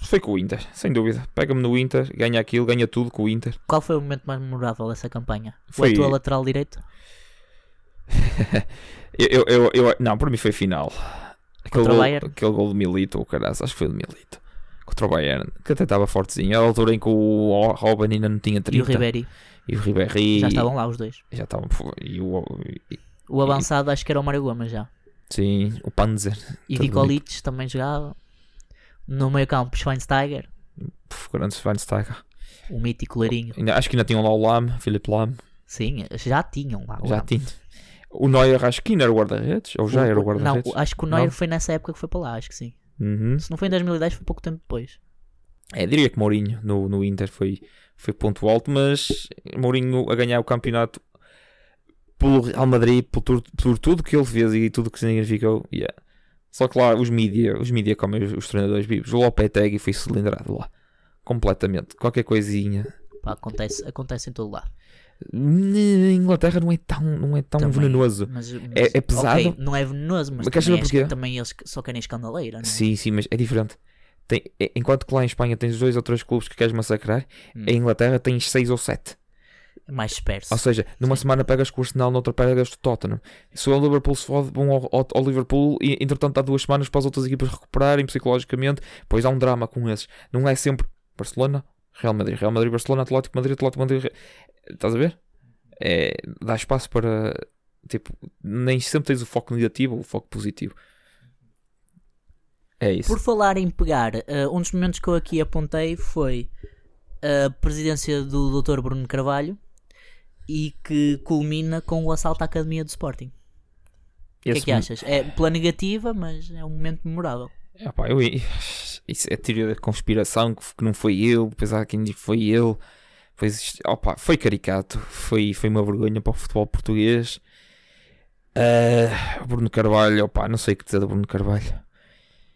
A: foi com o Inter, sem dúvida. Pega-me no Inter, ganha aquilo, ganha tudo com o Inter.
B: Qual foi o momento mais memorável dessa campanha? Foi
A: Foi-
B: a tua lateral direito?
A: Eu, eu, eu, eu- não, para mim foi final. Aquele
B: Contra o
A: gol,
B: Bayern?
A: aquele gol do Milito, o caralho, acho que foi do Milito. Contra o Bayern, que até estava fortezinho. Era a altura em que o Robin ainda não tinha 30.
B: E o Ribéry?
A: E o Ribéry.
B: Já estavam lá os dois.
A: já estavam por- e o e-
B: O avançado acho que era o Mário Gomes já.
A: sim o Panzer
B: E
A: Tudo
B: Dicolites também jogava. No meio campo, Schweinsteiger,
A: Puf, grande Schweinsteiger
B: o mítico Leirinho.
A: ainda, acho que ainda tinham lá o Lam Filipe Lam
B: Sim, já tinham lá. o
A: já
B: nome.
A: tinha o Neuer acho que ainda era o guarda-redes ou já era o
B: Não,
A: guarda-redes
B: acho que o Neuer
A: Não?
B: foi nessa época que foi para lá, acho que sim.
A: Uhum.
B: Se não foi em 2010, foi pouco tempo depois.
A: é, diria que Mourinho no, no Inter foi, foi ponto alto mas Mourinho a ganhar o campeonato pelo Real Madrid por, tu- por tudo que ele fez e tudo que significou yeah. só que lá os mídia os mídia comem os, os treinadores vivos o Lopetegui foi cilindrado lá completamente qualquer coisinha
B: Pá, acontece, acontece em todo lado.
A: Na Inglaterra não é tão, não é tão
B: Também,
A: venenoso.
B: Mas, mas-
A: É- é pesado.
B: ok, não é venenoso, mas,
A: Mas queres
B: também,
A: saber
B: és-
A: porquê?
B: também eles só querem escandaleira. Não? é?
A: Sim, sim, mas é diferente. Tem, é- enquanto que lá em Espanha tens dois ou três clubes que queres massacrar,
B: Hum.
A: em Inglaterra tens seis ou sete.
B: É mais disperso.
A: Ou seja, numa semana pegas com o Arsenal, noutra pegas com o Tottenham. Se o Liverpool se fode, vão ao, ao- ao Liverpool e entretanto há duas semanas para as outras equipas recuperarem psicologicamente, pois há um drama com esses. Não é sempre Barcelona, Real Madrid, Real Madrid, Barcelona, Atlético de Madrid, Atlético de Madrid. Re- Estás a ver? É, dá espaço para. Tipo, nem sempre tens o foco negativo ou o foco positivo. É isso.
B: Por falar em pegar, eh, um dos momentos que eu aqui apontei foi a presidência do Dr. Bruno Carvalho e que culmina com o assalto à Academia do Sporting. O que é
A: Esse
B: que achas? É pela negativa, mas é um momento memorável.
A: Ah pá, eu- isso é teoria da conspiração que, que não foi ele, depois há quem diz que foi ele. Pois, isto- ah pá, foi caricato, foi, foi uma vergonha para o futebol português. Ah, Bruno Carvalho, opá, não sei o que dizer do Bruno Carvalho.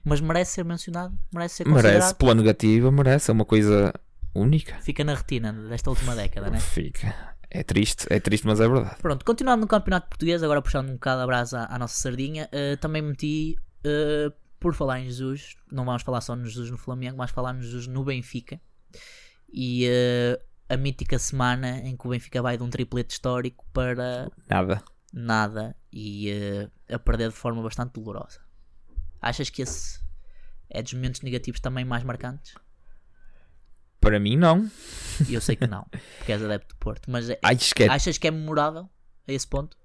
B: Mas merece ser mencionado, merece ser É considerado.
A: Merece, pela negativa, merece, é uma coisa única.
B: Fica na retina desta última década, né?
A: Fica. É triste, é triste, mas é verdade.
B: Pronto, continuando no Campeonato Português, agora puxando um bocado a brasa à, à nossa sardinha, eh, também meti, eh, por falar em Jesus, não vamos falar só no Jesus no Flamengo, mas falar no Jesus no Benfica. E eh, a mítica semana em que o Benfica vai de um triplete histórico para
A: Nada.
B: nada e eh, a perder de forma bastante dolorosa. Achas que esse é dos momentos negativos também mais marcantes?
A: Para mim, não.
B: E eu sei que não, porque és adepto do Porto, mas é-
A: Ai, esquece.
B: achas que é memorável a esse ponto?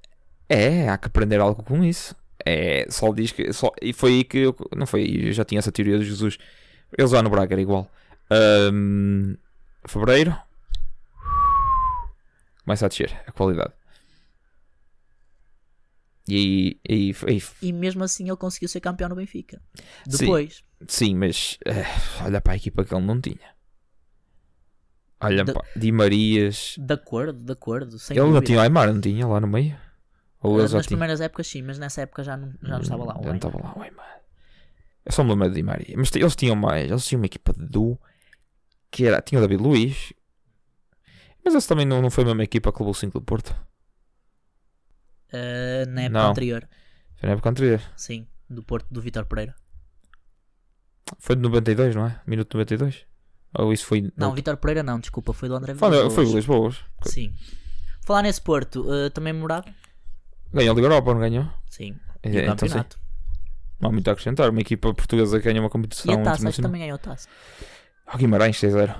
A: É, há que aprender algo com isso. É, só diz que. Só, e foi aí que eu. Não foi aí, eu já tinha essa teoria de Jesus. Eles lá no Braga era igual. Ahm, fevereiro. Começa a descer a qualidade. E aí. aí, aí
B: E mesmo assim ele conseguiu ser campeão no Benfica.
A: Sim.
B: Depois,
A: sim, mas. eh, olha para a equipa que ele não tinha. Olha,
B: Da-
A: para Di Marias.
B: de acordo, de acordo, sem
A: Ele não
B: dúvida. Ah,
A: tinha o Aymar, não tinha lá no meio? Ou ele
B: Nas
A: já tinha?
B: primeiras épocas sim, mas nessa época já não, já não estava lá.
A: Já
B: o
A: não
B: Wayne.
A: estava lá o Aymar. Eu só me lembro de Di Maria. Mas t- eles tinham mais. Eles tinham uma equipa de duo que era. Tinha o David Luiz. Mas esse também não, não foi a mesma equipa que levou o 5 do Porto.
B: Eh, na época
A: Não.
B: anterior,
A: Foi na época anterior.
B: sim, do Porto do Vitor Pereira.
A: Foi de 92, não é? Minuto 92. Ou isso foi.
B: Não,
A: no-
B: Vitor Pereira não, desculpa, foi do André
A: foi,
B: Vilas
A: foi o
B: Boas.
A: Lisboa. hoje.
B: Sim. Falar nesse Porto, eh, também memorável?
A: Ganhou a Liga Europa, não ganhou?
B: Sim.
A: É,
B: E o
A: então sim.
B: campeonato.
A: Não há muito a acrescentar. Uma equipa portuguesa que ganha uma
B: e
A: competição
B: a taça, acho que
A: internacional.
B: também ganhou a taça.
A: Ao Guimarães 6-0.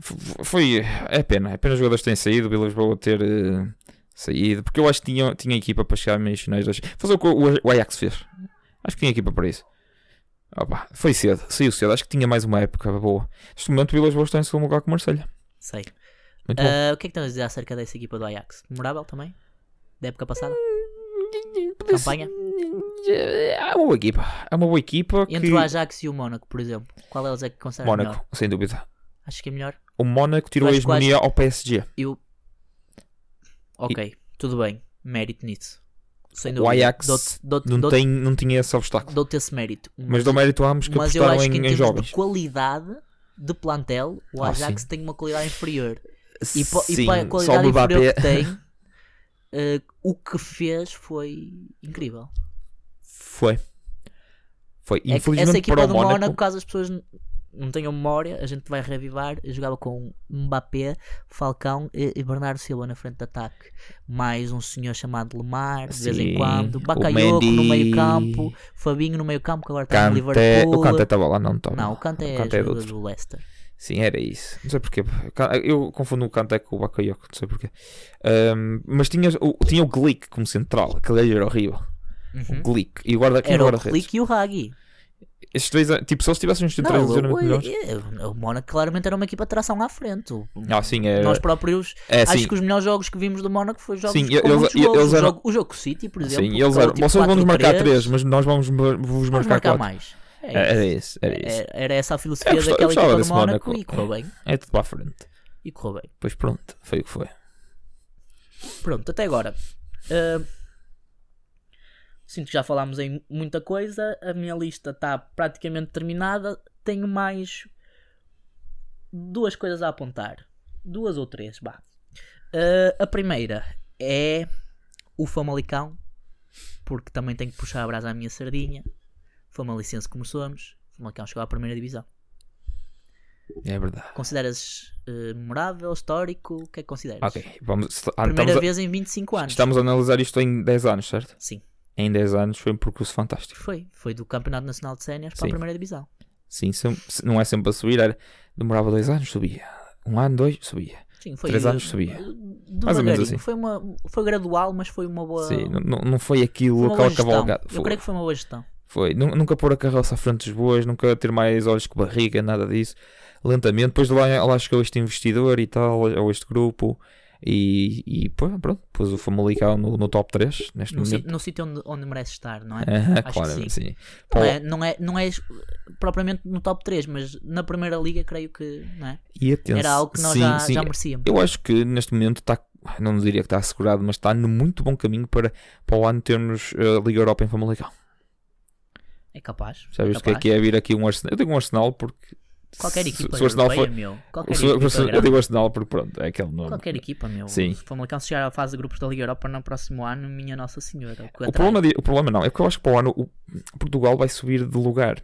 A: F- f- Foi. É pena. É pena os jogadores terem saído, o Vila Lisboa ter eh, saído. Porque eu acho que tinha, tinha equipa para chegar a meias finais. das- Fazer o que o o Ajax fez. Acho que tinha equipa para isso. Opa, foi cedo, saiu cedo. Acho que tinha mais uma época boa. Neste momento, o Vila Lisboa está em segundo lugar com o Marselha.
B: Sei.
A: Muito bom.
B: Eh, o que é que tens a dizer acerca dessa equipa do Ajax? Memorável também? Da época passada? Ah, campanha?
A: É uma boa equipa. É uma boa equipa. Que...
B: Entre o Ajax e o Mónaco, por exemplo, qual deles é que considera melhor?
A: Mónaco, sem dúvida.
B: Acho que é melhor.
A: O Mónaco tirou a
B: acho que o
A: hegemonia ao PSG.
B: E o. Ok, tudo bem. Mérito nisso. Sem
A: O
B: dúvida.
A: Ajax
B: Dou-te- dou-te-
A: Não,
B: dou-te-
A: tem, não tinha esse obstáculo.
B: Dou-te esse mérito.
A: Mas dou mérito a ambos que
B: mas eu
A: apostaram
B: acho que
A: em,
B: em
A: em
B: termos
A: jovens.
B: de qualidade de plantel, o
A: Ah,
B: Ajax
A: sim.
B: tem uma qualidade inferior. E, pa- e
A: Sim,
B: para a
A: só
B: qualidade
A: o Mbappé-
B: inferior
A: (laughs)
B: que tem, eh, o que fez foi incrível.
A: Foi. Foi.
B: É que essa
A: Infelizmente
B: equipa
A: para o
B: do
A: Mónaco.
B: Mónaco, caso as pessoas n- não tenham memória, a gente vai reavivar. Eu jogava com Mbappé, Falcão e, e Bernardo Silva na frente de ataque. Mais um senhor chamado Lemar, de vez em
A: Sim,
B: quando.
A: o
B: Bakayoko no
A: Mendy.
B: meio campo. Fabinho no meio campo, que agora está no
A: Kanté-
B: é Liverpool.
A: o Kanté estava lá, não estava.
B: Não, o Kanté é,
A: Kanté é de
B: jogador
A: outro.
B: do Leicester.
A: Sim, era isso. Não sei porquê. Ca- Eu confundo o Kanté com o Bakayoko, não sei porquê. Ahm, mas tinha o, tinha o Glick como central, aquele era horrível.
B: Uhum.
A: Glick. E o guarda quem
B: Era o
A: guarda redes.
B: Klick e o Hagi.
A: Estes três, tipo, se eles tivessem uns
B: Não,
A: três
B: o,
A: eram muito melhores.
B: o, o Mónaco claramente era uma equipa de tração à frente. O-
A: Ah, sim, era.
B: Nós próprios
A: é,
B: Acho
A: sim.
B: que os melhores jogos que vimos do Mónaco foi jogos
A: Sim,
B: com
A: eles-
B: muitos
A: eles-
B: golos.
A: eles
B: o,
A: eram-
B: jogo, o jogo City, por exemplo.
A: Sim, eles
B: aquele
A: eram,
B: tipo
A: vocês vão nos marcar
B: 4-3,
A: 3, mas nós vamos vos
B: Vamos
A: marcar
B: marcar
A: 4.
B: mais. É
A: É,
B: isso.
A: Era isso, era isso. É,
B: Era- era essa a filosofia
A: Eu gostava- eu
B: daquela
A: gostava
B: equipa do
A: desse
B: Mónaco,
A: Mónaco.
B: e correu bem.
A: É tudo para a frente.
B: E correu bem.
A: Pois pronto, foi o que foi.
B: Pronto, até agora. Ahm, sinto que já falámos em muita coisa. A minha lista está praticamente terminada. Tenho mais duas coisas a apontar. Duas ou três, vá. Ah, a primeira é o Famalicão, porque também tenho que puxar a brasa à minha sardinha. Famalicense como somos. O Famalicão chegou à primeira divisão.
A: É verdade.
B: Consideras eh, memorável, histórico? O que é que consideras?
A: Ok, vamos. est- ah,
B: Primeira
A: estamos a-
B: vez em 25 anos.
A: Estamos a analisar isto em 10 anos, certo?
B: Sim,
A: Em 10 anos foi um percurso fantástico.
B: foi. Foi do Campeonato Nacional de Séniores para a
A: Sim.
B: primeira divisão.
A: Sim, sem- se- não é sempre a subir, era, demorava 2 anos, subia. Um ano, dois, subia.
B: Sim, foi.
A: Três
B: eh,
A: anos subia. Mais ou menos
B: devagarinho.
A: assim.
B: Foi, uma, foi gradual, mas foi uma boa.
A: Sim, não, não não foi aquilo,
B: foi uma boa
A: aquela
B: gestão.
A: cavalgada.
B: Eu
A: Foi,
B: creio que foi uma boa gestão.
A: foi. Nu- Nunca pôr a carroça à frente dos bois, nunca ter mais olhos que barriga, nada disso. Lentamente, depois de lá, lá chegou este investidor e tal, ou este grupo. E, e pô, pronto, pôs o Famalicão no, no top 3 neste
B: No, si-
A: momento.
B: no sítio onde, onde merece estar, não é?
A: Aham,
B: que
A: claro,
B: sim.
A: sim.
B: Não
A: Pá,
B: é, não é? Não é es- propriamente no top 3, mas na primeira liga, creio que não é?
A: e atenção-
B: era algo que nós
A: sim,
B: já,
A: sim,
B: já merecíamos.
A: Eu acho que neste momento está, não diria que está assegurado, mas está no muito bom caminho para, para o ano termos eh, Liga Europa em Famalicão.
B: É capaz.
A: Já viste o que é
B: capaz.
A: que é vir aqui um Arsenal? Eu digo um Arsenal porque.
B: Qualquer equipa
A: se o Arsenal
B: europeia,
A: for-
B: meu. Qualquer
A: se o-
B: equipa
A: se o- eu
B: grande.
A: digo Arsenal porque pronto, é aquele nome.
B: Qualquer equipa, meu.
A: Sim.
B: Se o Famalicão se chegar à fase de grupos da Liga Europa no próximo ano, minha Nossa Senhora. que
A: O
B: atrás.
A: problema, de- o problema não, é que eu acho que para o ano o Portugal vai subir de lugar.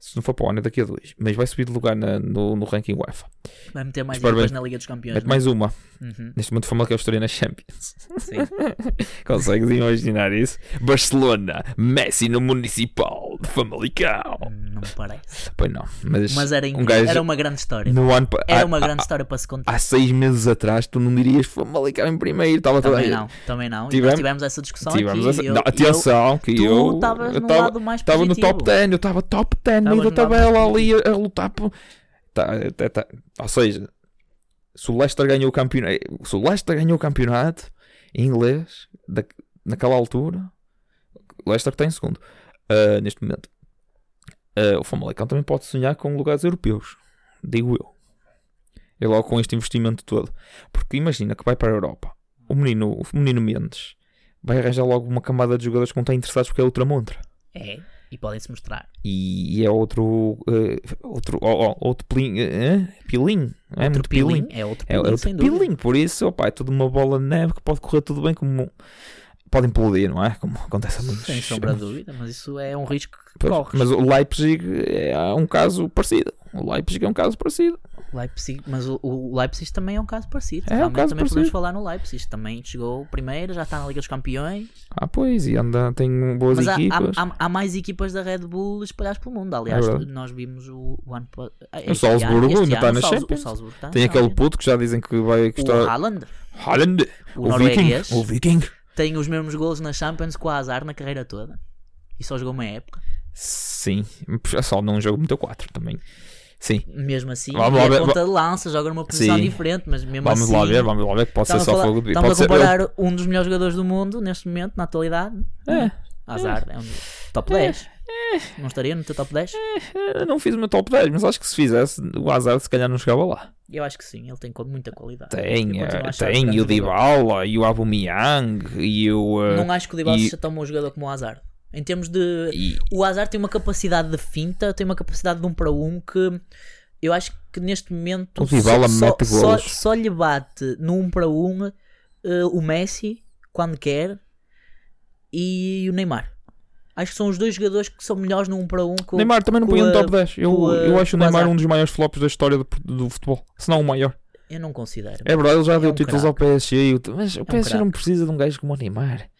A: Se não for para o ano, é daqui a dois. Mas vai subir de lugar na- no, no ranking UEFA.
B: Vai meter mais
A: Espero
B: equipas
A: bem.
B: na Liga dos Campeões.
A: Mete mais uma.
B: não? Uhum,
A: Neste momento, foi que eu estaria na Champions.
B: sim.
A: Consegues imaginar isso? Barcelona, Messi no Municipal de Famalicão.
B: não me parece.
A: Pois não, mas,
B: Mas era, incrível.
A: um gajo Ah,
B: era uma grande história.
A: no ano, pa-
B: Era
A: há-
B: uma
A: há-
B: grande história para se contar.
A: há seis meses atrás tu não dirias Famalicão em primeiro, estava toda
B: Também
A: aí.
B: não, também não. E
A: ah, Tivemos-
B: nós tivemos essa discussão
A: Tivemos
B: aqui.
A: essa...
B: e eu-
A: Não,
B: e eu-
A: atenção, que
B: tu
A: eu.
B: estavas
A: eu
B: no
A: tava-
B: lado mais
A: Estava no
B: positivo.
A: top 10, eu estava top 10, meio da
B: Estavas no lado
A: tabela
B: mais
A: ali a, a lutar por. Tá, tá, tá. Ou seja, se o Leicester ganhou o campeonato, eh, se o Leicester ganhou o campeonato em inglês, da- naquela altura, o Leicester está em segundo ah, neste momento. Ah, o Famalicão também pode sonhar com lugares europeus, digo eu. E logo com este investimento todo. Porque imagina que vai para a Europa, o menino, o menino Mendes vai arranjar logo uma camada de jogadores que não estão interessados porque é outra montra
B: É, e podem se mostrar.
A: e é outro eh, outro ó, ó, outro pilim pilim não é
B: outro
A: muito pilim
B: pilim, é outro
A: é
B: pilim,
A: outro
B: sem dúvida.
A: pilim por isso opa, é tudo uma bola de neve que pode correr tudo bem como pode implodir não é como acontece a muitos
B: Sem sombra de dúvida, mas isso é um risco que
A: Pois,
B: corres.
A: mas o Leipzig é um caso parecido o Leipzig é um caso parecido
B: Leipzig, mas o, o Leipzig também é um caso parecido.
A: É um
B: Realmente
A: caso
B: também podemos
A: parecido.
B: falar no Leipzig. Também chegou primeiro, já está na Liga dos Campeões.
A: ah pois e anda tem boas
B: Mas há,
A: equipas
B: há- há- há mais equipas da Red Bull espalhadas pelo mundo. Aliás,
A: É verdade.
B: nós vimos o, o ano pa- este
A: O Salzburgo
B: ano- este
A: ainda está
B: ano
A: na
B: o Salz-
A: Champions.
B: O Salzburgo está na
A: tem aquele
B: Champions.
A: puto que já dizem que vai
B: é? O
A: custar
B: Haaland,
A: Haaland
B: o,
A: o Viking
B: norueguês,
A: o Viking
B: tem os mesmos golos na Champions com o Azar na carreira toda. E só jogou uma época.
A: sim só num jogo muito a 4 também sim
B: Mesmo assim,
A: Vamos
B: é
A: lá ver-
B: ponta de lança, joga numa posição
A: Sim.
B: diferente, mas mesmo
A: Vamos
B: assim...
A: lá ver, vamos lá ver que pode ser
B: Estamos
A: só
B: a, falar-
A: fogo de
B: estamos
A: pode
B: a
A: ser
B: comparar um dos melhores jogadores do mundo neste momento, na atualidade.
A: É.
B: Azar é um top 10. Não estaria no teu top 10?
A: Eu não fiz o meu top 10, mas acho que se fizesse, o Hazard se calhar não chegava lá.
B: Eu acho que sim, ele tem co- muita qualidade. Eu
A: Tem,
B: continuo a
A: eh,
B: achar é
A: tem,
B: grande
A: e o
B: jogador.
A: Dybala, e o Aubameyang, e o... eh,
B: Não acho que o Dybala
A: e-
B: seja tão bom jogador como o Azar. Em termos de.
A: e-
B: O Azar tem uma capacidade de finta, tem uma capacidade de um para um que eu acho que neste momento
A: O Dybala
B: só,
A: mete
B: só-
A: golos.
B: só lhe bate no um para um eh, o Messi quando quer e o Neymar. Acho que são os dois jogadores que são melhores no um para um que o-
A: Neymar também não
B: com
A: põe no
B: a-
A: top 10. Eu,
B: com a-
A: eu acho o
B: com o
A: Neymar
B: Hazard.
A: um dos maiores flops da história do, do futebol, se não o maior.
B: eu não considero.
A: É verdade, ele já deu
B: um É
A: títulos ao PSG, e o- mas o PSG não
B: craque.
A: precisa de um gajo como o Neymar.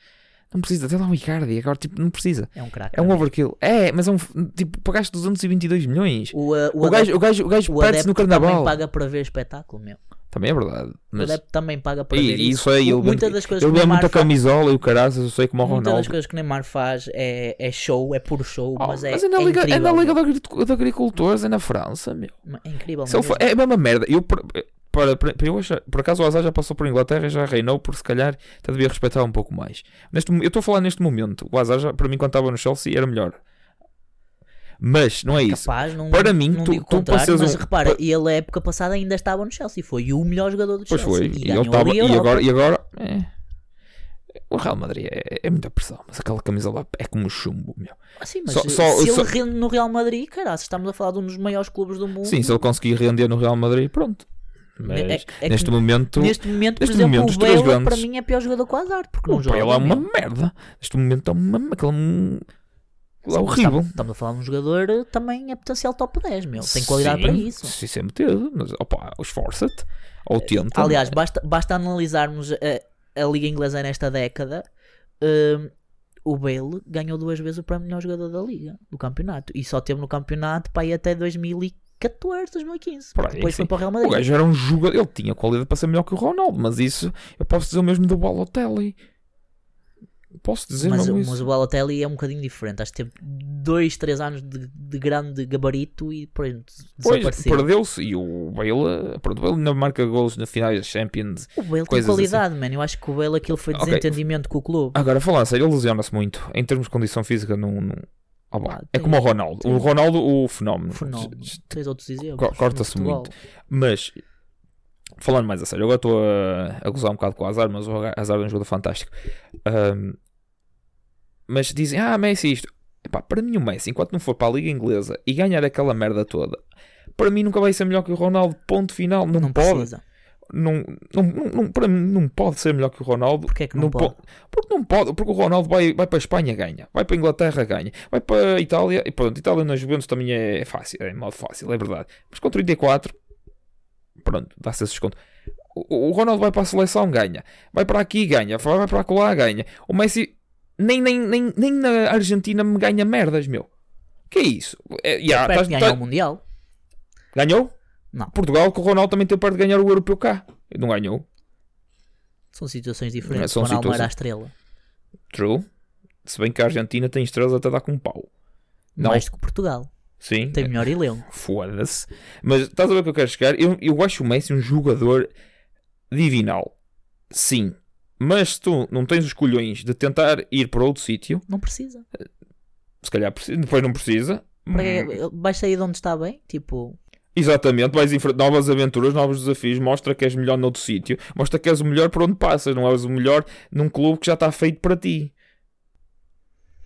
A: Não precisa, até lá o Icardi, agora tipo, não precisa.
B: É um craque.
A: É um overkill. É, mas é um... f- Tipo, pagaste 222 milhões.
B: O, eh,
A: O gajo, o gajo, o gajo
B: o
A: perde-se
B: adepto
A: no
B: também
A: carnaval.
B: paga para ver espetáculo, meu.
A: Também é verdade. Mas
B: O adepto também paga para ver
A: e, isso aí, ele
B: Muitas
A: vende,
B: das coisas
A: ele
B: que o
A: vende
B: Neymar
A: muita
B: faz-
A: camisola e o caraças, eu sei como o
B: Muitas das
A: Ronaldo.
B: coisas que o Neymar faz é, é show, é puro show,
A: Oh,
B: mas é,
A: é na
B: é
A: Liga, é
B: incrível.
A: na Liga de Agri- de Agricultores, é na França, meu.
B: meu. É incrível
A: Se ele
B: mesmo.
A: for- é a mesma merda. Eu, por- para, para, para eu achar- por acaso o Azar já passou por Inglaterra, já reinou, por se calhar até devia respeitar um pouco mais. Neste, mo- eu estou a falar neste momento. O Azar, já, para mim, quando estava no Chelsea, era melhor. Mas não é isso.
B: Capaz, não,
A: Para mim,
B: não
A: tu-
B: digo o
A: tu
B: contrário,
A: passas
B: mas
A: um-
B: repara, ele a época passada ainda estava no Chelsea, foi o melhor jogador do
A: Pois
B: Chelsea.
A: foi,
B: e
A: e,
B: ganhou
A: ele estava.
B: a
A: E
B: Liga
A: agora.
B: Europa.
A: E agora é. O Real Madrid é, é muita pressão, mas aquela camisa lá é como chumbo, meu.
B: Ah, sim, mas
A: só-
B: se
A: só-
B: ele
A: só-
B: rende no Real Madrid, cara, estamos a falar de um dos maiores clubes do mundo.
A: Sim, se ele conseguir render no Real Madrid, pronto. Mas
B: É- é que
A: neste
B: n-
A: momento.
B: neste momento, por
A: neste
B: exemplo,
A: momento, os
B: o
A: três
B: Bale
A: grandes-
B: para mim é pior jogador que o Hazard, porque não
A: Pá,
B: joga.
A: ele é uma
B: meu.
A: merda. Neste momento é uma. Aquele, aquele é
B: Sim,
A: horrível.
B: Estamos, estamos a falar de um jogador eh, também é potencial top 10, meu. Tem qualidade para
A: Sim,
B: isso. Eh,
A: Sim, sempre teve. Mas opa, esforça-te. Ou tenta.
B: Aliás, basta, basta analisarmos a, a Liga Inglesa nesta década. hum, o Bale ganhou duas vezes o prémio de melhor jogador da Liga, do campeonato. E só teve no campeonato para ir até 2014, 2015.
A: Por aí,
B: depois foi
A: sim.
B: para o Real
A: o
B: Madrid.
A: gajo era um jogador. Ele tinha qualidade para ser melhor que o Ronaldo, mas isso eu posso dizer o mesmo do Balotelli. Posso dizer
B: mas,
A: mesmo
B: mas
A: isso.
B: o Balotelli é um bocadinho diferente. Acho que teve dois, três anos de, de grande gabarito e pronto,
A: Pois,
B: desapareceu.
A: perdeu-se. E o Bale, pronto, o Bale ainda marca golos na finais da Champions.
B: O Bale tem
A: coisas assim.
B: qualidade, mano. Eu acho que o Bale aquilo foi
A: Ok. Ah,
B: desentendimento com o clube.
A: Agora, falando a sério, ele lesiona-se muito. Em termos de condição física, não. não- Ah, pá,
B: Ah,
A: é
B: tem-
A: como o Ronaldo. O
B: tem-
A: Ronaldo, o fenómeno.
B: Fenómeno. Tens outros exemplos.
A: Co- corta-se
B: no futebol.
A: muito. Mas, falando mais a sério, agora estou a, a gozar um bocado com o Azar, mas o Azar é um jogador fantástico. Ahm, mas dizem, ah, Messi isto. Epá, para mim o Messi, enquanto não for para a Liga Inglesa e ganhar aquela merda toda, para mim nunca vai ser melhor que o Ronaldo, ponto final, não,
B: Não
A: pode.
B: precisa.
A: não, não, não, não- para mim não pode ser melhor que o Ronaldo.
B: Porquê é que não
A: po-
B: pode?
A: Porque não pode, porque o Ronaldo vai, vai para a Espanha ganha, vai para a Inglaterra ganha, vai para a Itália e pronto, Itália nas Juventus também é fácil, é em modo fácil, é verdade. Mas com 34, pronto, dá-se esse desconto. O, o Ronaldo vai para a seleção, ganha, vai para aqui, ganha, vai para lá, ganha. O Messi nem, nem, nem, nem na Argentina me ganha merdas, meu. Que é isso? É, já,
B: Perto
A: estás-
B: de ganhar
A: estás-
B: o Mundial.
A: Ganhou?
B: Não.
A: Portugal, que o Ronaldo também teve perto de ganhar o europeu cá. Não ganhou.
B: São situações diferentes.
A: São
B: o Ronaldo era
A: situações.
B: a estrela.
A: True. Se bem que a Argentina tem estrelas até dar com um pau. Não. É.
B: Mais do que Portugal.
A: Sim.
B: Tem melhor elenco.
A: Foda-se. Mas estás a ver o que eu quero chegar? Eu, eu acho o Messi um jogador divinal. Sim. Mas se tu não tens os colhões de tentar ir para outro sítio,
B: Não precisa.
A: Hum. se calhar precisa, depois não precisa.
B: Para
A: Hum,
B: que- Vais sair de onde está bem? Tipo,
A: Exatamente, vais enfrentar novas aventuras, novos desafios, mostra que és melhor noutro sítio, mostra que és o melhor para onde passas, não és o melhor num clube que já está feito para ti.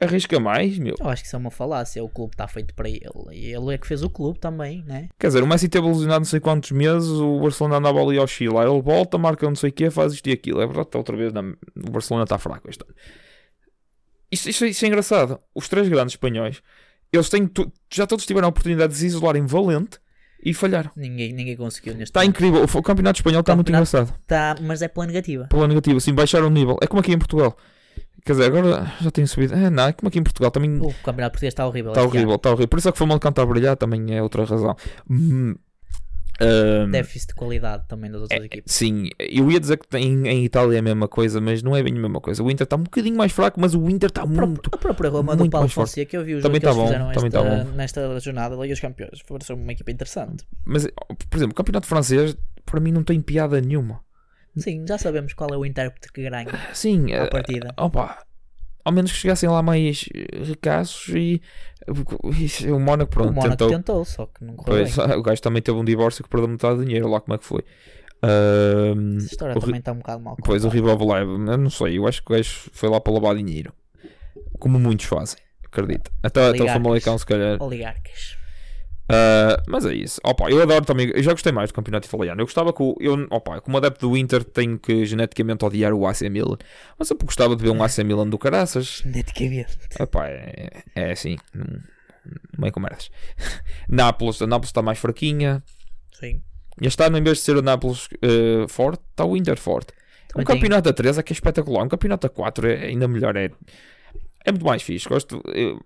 A: Arrisca mais, meu.
B: eu acho que isso é uma falácia. O clube está feito para ele. E ele é que fez o clube também, né?
A: Quer dizer, o Messi teve lesionado não sei quantos meses, o Barcelona andava ali ao Chile, aí ele volta, marca não sei o quê, faz isto e aquilo. É verdade, está outra vez, na... o Barcelona está fraco este ano. Isto, isto- isto é engraçado. Os três grandes espanhóis, eles têm tu- já todos tiveram a oportunidade de se isolarem valente e falharam.
B: Ninguém, ninguém conseguiu neste
A: Está
B: momento.
A: incrível, o f- o campeonato espanhol está muito
B: Campeonato-
A: engraçado.
B: Tá, mas é pela negativa.
A: pela negativa, assim, baixaram o nível. É como aqui em Portugal. Quer dizer, agora já tem subido. É, não, é como aqui em Portugal também
B: O campeonato português está horrível.
A: está
B: este ano.
A: horrível, está horrível. Por isso é que foi mal cantar a brilhar, também é outra razão. Hum, ahm,
B: Déficit de qualidade também das
A: É,
B: outras equipes.
A: sim, eu ia dizer que tem, em Itália é a mesma coisa, mas não é bem a mesma coisa. O Inter está um bocadinho mais fraco, mas o Inter está
B: Pro-
A: muito.
B: a própria Roma do
A: muito
B: Paulo
A: mais forte.
B: Fonseca, eu vi o jogo
A: Também
B: que eles
A: tá bom,
B: fizeram
A: também tá
B: esta-
A: bom.
B: nesta jornada da Liga dos Campeões. Pareceu uma equipa interessante.
A: Mas, por exemplo, o campeonato francês, para mim, não tem piada nenhuma.
B: Sim, já sabemos qual é o intérprete que ganha
A: Sim,
B: a
A: eh,
B: partida.
A: opa, ao menos que chegassem lá mais eh, ricaços e. (laughs) O Mónaco, pronto,
B: o Mónaco
A: tentou.
B: tentou. só que não correu
A: Pois, (laughs)
B: bem.
A: o gajo também teve um divórcio que perdeu metade do dinheiro, lá como é que foi. Ahm,
B: Essa história
A: o Ri-
B: também está um bocado mal.
A: pois o
B: contada.
A: Ribovlev, eu não sei, eu acho que o gajo foi lá para lavar dinheiro. Como muitos fazem, acredito. Até, até o
B: Oligarcas.
A: Famalicão, se calhar.
B: Oligarcas.
A: Ah, mas é isso. Opa, eu adoro também. Eu já gostei mais do campeonato italiano. Eu gostava que o. Eu, opa, como adepto do Inter, tenho que geneticamente odiar o AC Milan. Mas eu gostava de ver um AC Milan do caraças.
B: Geneticamente.
A: Epá, é, é assim. não- não Meio com merdas. (laughs) Nápoles, a Nápoles está mais fraquinha.
B: Sim.
A: E Este ano, em vez de ser o Nápoles eh, forte, está o Inter forte. um
B: Também tem-
A: campeonato a 3 é que é espetacular. Um campeonato a 4 é ainda melhor. É, é muito mais fixe. Gosto. Eu,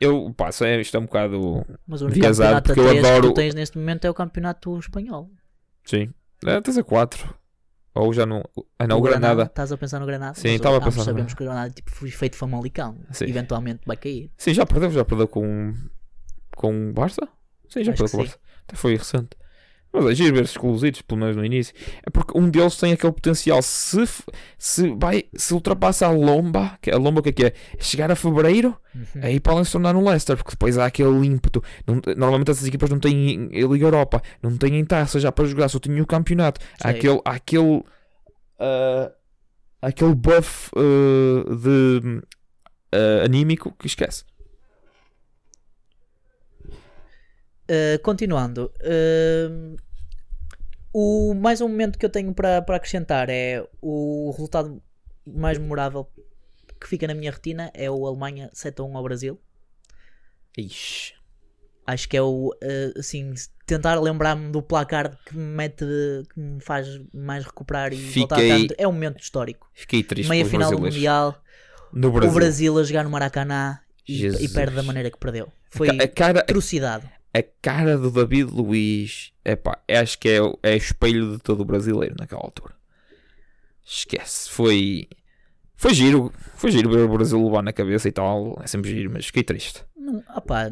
A: eu passo. É, isto é um bocado.
B: Mas o único
A: Viazado,
B: campeonato a
A: porque eu
B: 3 que tu
A: adoro-
B: tens neste momento é o campeonato espanhol.
A: Sim. É, 3 a 4. Ou já não. Ah, não, o Granada.
B: Estás a pensar no Granada? Ah,
A: Sim,
B: Mas
A: estava a
B: ambos
A: pensar no
B: Sabemos que o Granada tipo, foi feito Famalicão.
A: Sim.
B: Eventualmente vai cair.
A: Sim, já perdeu. Já perdeu com. Com o Barça? Sim, já perdeu
B: Acho que
A: com o Barça. Até foi recente. Mas é giro ver esses exclusivos, pelo menos no início. É porque um deles tem aquele potencial. Se, f- se, vai, se ultrapassa a lomba, que a lomba o que é que é? Chegar a fevereiro,
B: Uhum.
A: Aí podem se tornar um Leicester, porque depois há aquele ímpeto. Não- normalmente essas equipas não têm eh, Liga Europa, não têm taça já para jogar, só tinham o campeonato. Há
B: Sim.
A: aquele, há aquele, ah, aquele buff ah, de ah, anímico que esquece.
B: Uh, continuando, um, o, mais um momento que eu tenho para para acrescentar é o resultado mais memorável que fica na minha retina é o Alemanha 7 a 1 ao Brasil.
A: Ixi.
B: Acho que é o uh, assim tentar lembrar-me do placar que me mete que me faz mais recuperar e voltar
A: Fiquei-
B: tanto. É um momento histórico.
A: Fiquei triste
B: Meia
A: pelos
B: final do
A: brasileiros.
B: Mundial,
A: No Brasil.
B: o Brasil a jogar no Maracanã e, e
A: Jesus. é-
B: perde da maneira que perdeu. Foi
A: A cara,
B: atrocidade.
A: a cara do David Luiz, epá, acho que é, o- é o espelho de todo o brasileiro naquela altura. Esquece, foi. Foi giro, foi giro ver o Brasil levar na cabeça e tal, é sempre giro, mas fiquei triste.
B: Não, opá,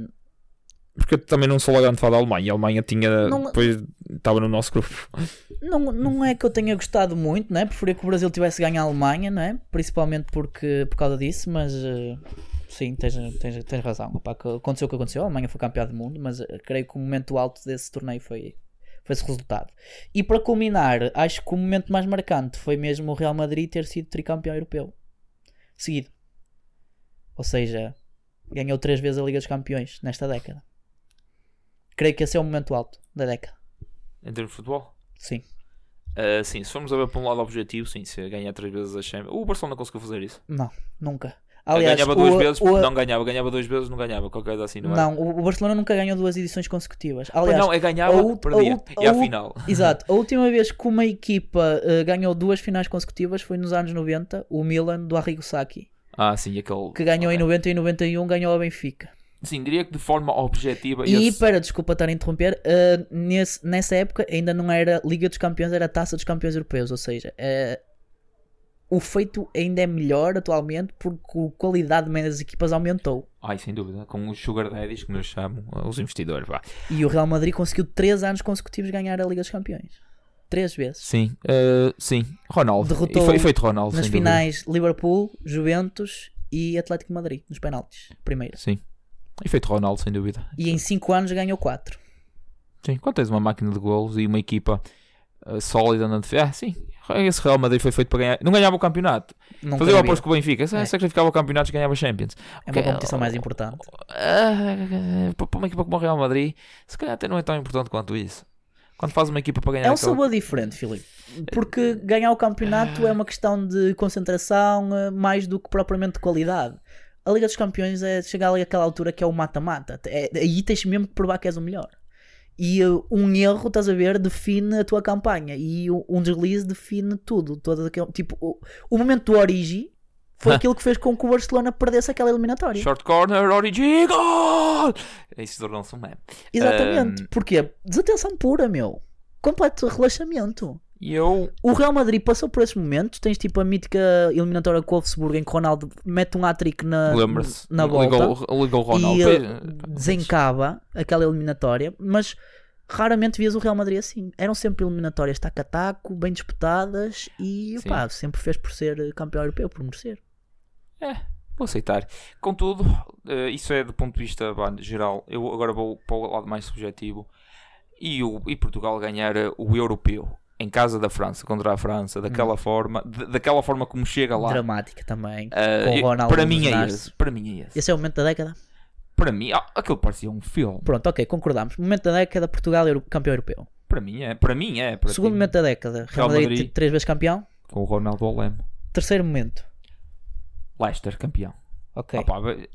A: Porque eu também não sou lá grande fã da Alemanha, a Alemanha tinha.
B: Não-
A: Depois estava no nosso grupo.
B: Não, não é que eu tenha gostado muito, né? Preferia que o Brasil tivesse ganho a Alemanha, não é? Principalmente porque, por causa disso, mas eh, sim, tens, tens, tens razão. Opá, que aconteceu o que aconteceu, a Alemanha foi campeã do mundo, mas eh, creio que o momento alto desse torneio foi, foi esse resultado. E para culminar, acho que o momento mais marcante foi mesmo o Real Madrid ter sido tricampeão europeu seguido. Ou seja, ganhou três vezes a Liga dos Campeões nesta década. Creio que esse é o momento alto da década.
A: Em termos de futebol?
B: Sim.
A: Ah, sim, se formos a ver para um lado objetivo, sim, se ganhar três vezes a Champions. O Barcelona conseguiu fazer isso.
B: Não, nunca. Aliás,
A: ganhava duas
B: o-
A: vezes,
B: o-
A: não ganhava. Ganhava duas vezes, não ganhava. Qualquer coisa assim, não, era?
B: não, o o Barcelona nunca ganhou duas edições consecutivas.
A: Pois
B: Aliás,
A: não, é ganhava,
B: a ult- a
A: perdia.
B: ult-
A: e
B: a
A: à
B: ult-
A: final.
B: Exato, a última vez que uma equipa eh, ganhou duas finais consecutivas foi nos anos 90, o Milan do Arrigo Sacchi,
A: Ah, sim, aquele.
B: que ganhou em
A: Ok.
B: 90 e 91, ganhou a Benfica.
A: Sim, diria que de forma objetiva.
B: E
A: esse-
B: para, desculpa estar a interromper, eh, nesse- nessa época ainda não era Liga dos Campeões, era Taça dos Campeões Europeus, ou seja, eh, o feito ainda é melhor atualmente porque a qualidade média das equipas aumentou.
A: Ai, sem dúvida. Com os Sugar Daddies, como eu chamo, os investidores, vá.
B: E o Real Madrid conseguiu 3 anos consecutivos ganhar a Liga dos Campeões. 3 vezes.
A: Sim, eh, sim. Ronaldo.
B: Derrotou
A: e foi feito Ronaldo.
B: Nas
A: sem
B: finais, Liverpool, Juventus e Atlético de Madrid, nos penaltis, primeiro.
A: Dúvida. Sim. E feito Ronaldo, sem dúvida.
B: E em 5 anos ganhou 4.
A: Sim, quando tens uma máquina de golos e uma equipa eh, sólida na defesa. Ah, sim. Esse Real Madrid foi feito para ganhar. Não ganhava o campeonato.
B: Não
A: Fazia o
B: cabia.
A: aposto com o Benfica.
B: É.
A: É. Sacrificava o campeonato e ganhava Champions.
B: É
A: Ok,
B: uma competição
A: ó,
B: mais importante.
A: Ah, para uma equipa como o Real Madrid, se calhar até não é tão importante quanto isso. Quando faz uma equipa para ganhar
B: É um
A: aquela-
B: sabor diferente, Filipe. Porque ganhar o campeonato é uma questão de concentração eh, mais do que propriamente de qualidade. A Liga dos Campeões é chegar ali àquela altura que é o mata-mata. É- aí tens mesmo que provar que és o melhor. E eh, um erro, estás a ver, define a tua campanha. E o- um deslize define tudo. Todo aquele, tipo, o, o momento do Origi foi aquilo que fez com que o Barcelona perdesse aquela eliminatória.
A: Short corner, Origi, gol! Isso tornou-se um meme.
B: Exatamente.
A: Ahm.
B: Porquê? Desatenção pura, meu. Completo relaxamento.
A: E eu,
B: O Real Madrid passou por esses momentos. Tens tipo a mítica eliminatória com o Wolfsburg em que Ronaldo mete um hat-trick na,
A: lembra-se,
B: na volta
A: ligou, ligou o Ronaldo.
B: e
A: Fez-
B: eh, desencava aquela eliminatória, mas raramente vias o Real Madrid assim. Eram sempre eliminatórias taco a taco, bem disputadas e
A: Sim.
B: pá, sempre fez por ser campeão europeu, por merecer.
A: Vou aceitar. Contudo, eh, isso é do ponto de vista vá, geral. Eu agora vou para o lado mais subjetivo. E, o, e Portugal ganhar eh, o europeu em casa da França, contra a França,
B: Hum.
A: daquela forma, da- daquela forma como chega Tá lá.
B: Dramática também.
A: Eh,
B: com o
A: eu-
B: Ronaldo
A: para mim é
B: nos
A: esse. Para mim é esse.
B: Esse é o momento da década.
A: Para mim, ah, aquilo parecia um filme.
B: Pronto, ok, concordamos. Momento da década, Portugal euro- campeão europeu.
A: Para mim é. Para mim é. Para
B: Segundo
A: ti.
B: momento da década, Real,
A: Real
B: Madrid,
A: Madrid.
B: três vezes campeão.
A: Com o Ronaldo ao leme.
B: Terceiro momento,
A: Leicester, campeão.
B: ok,
A: Ah pá, ve-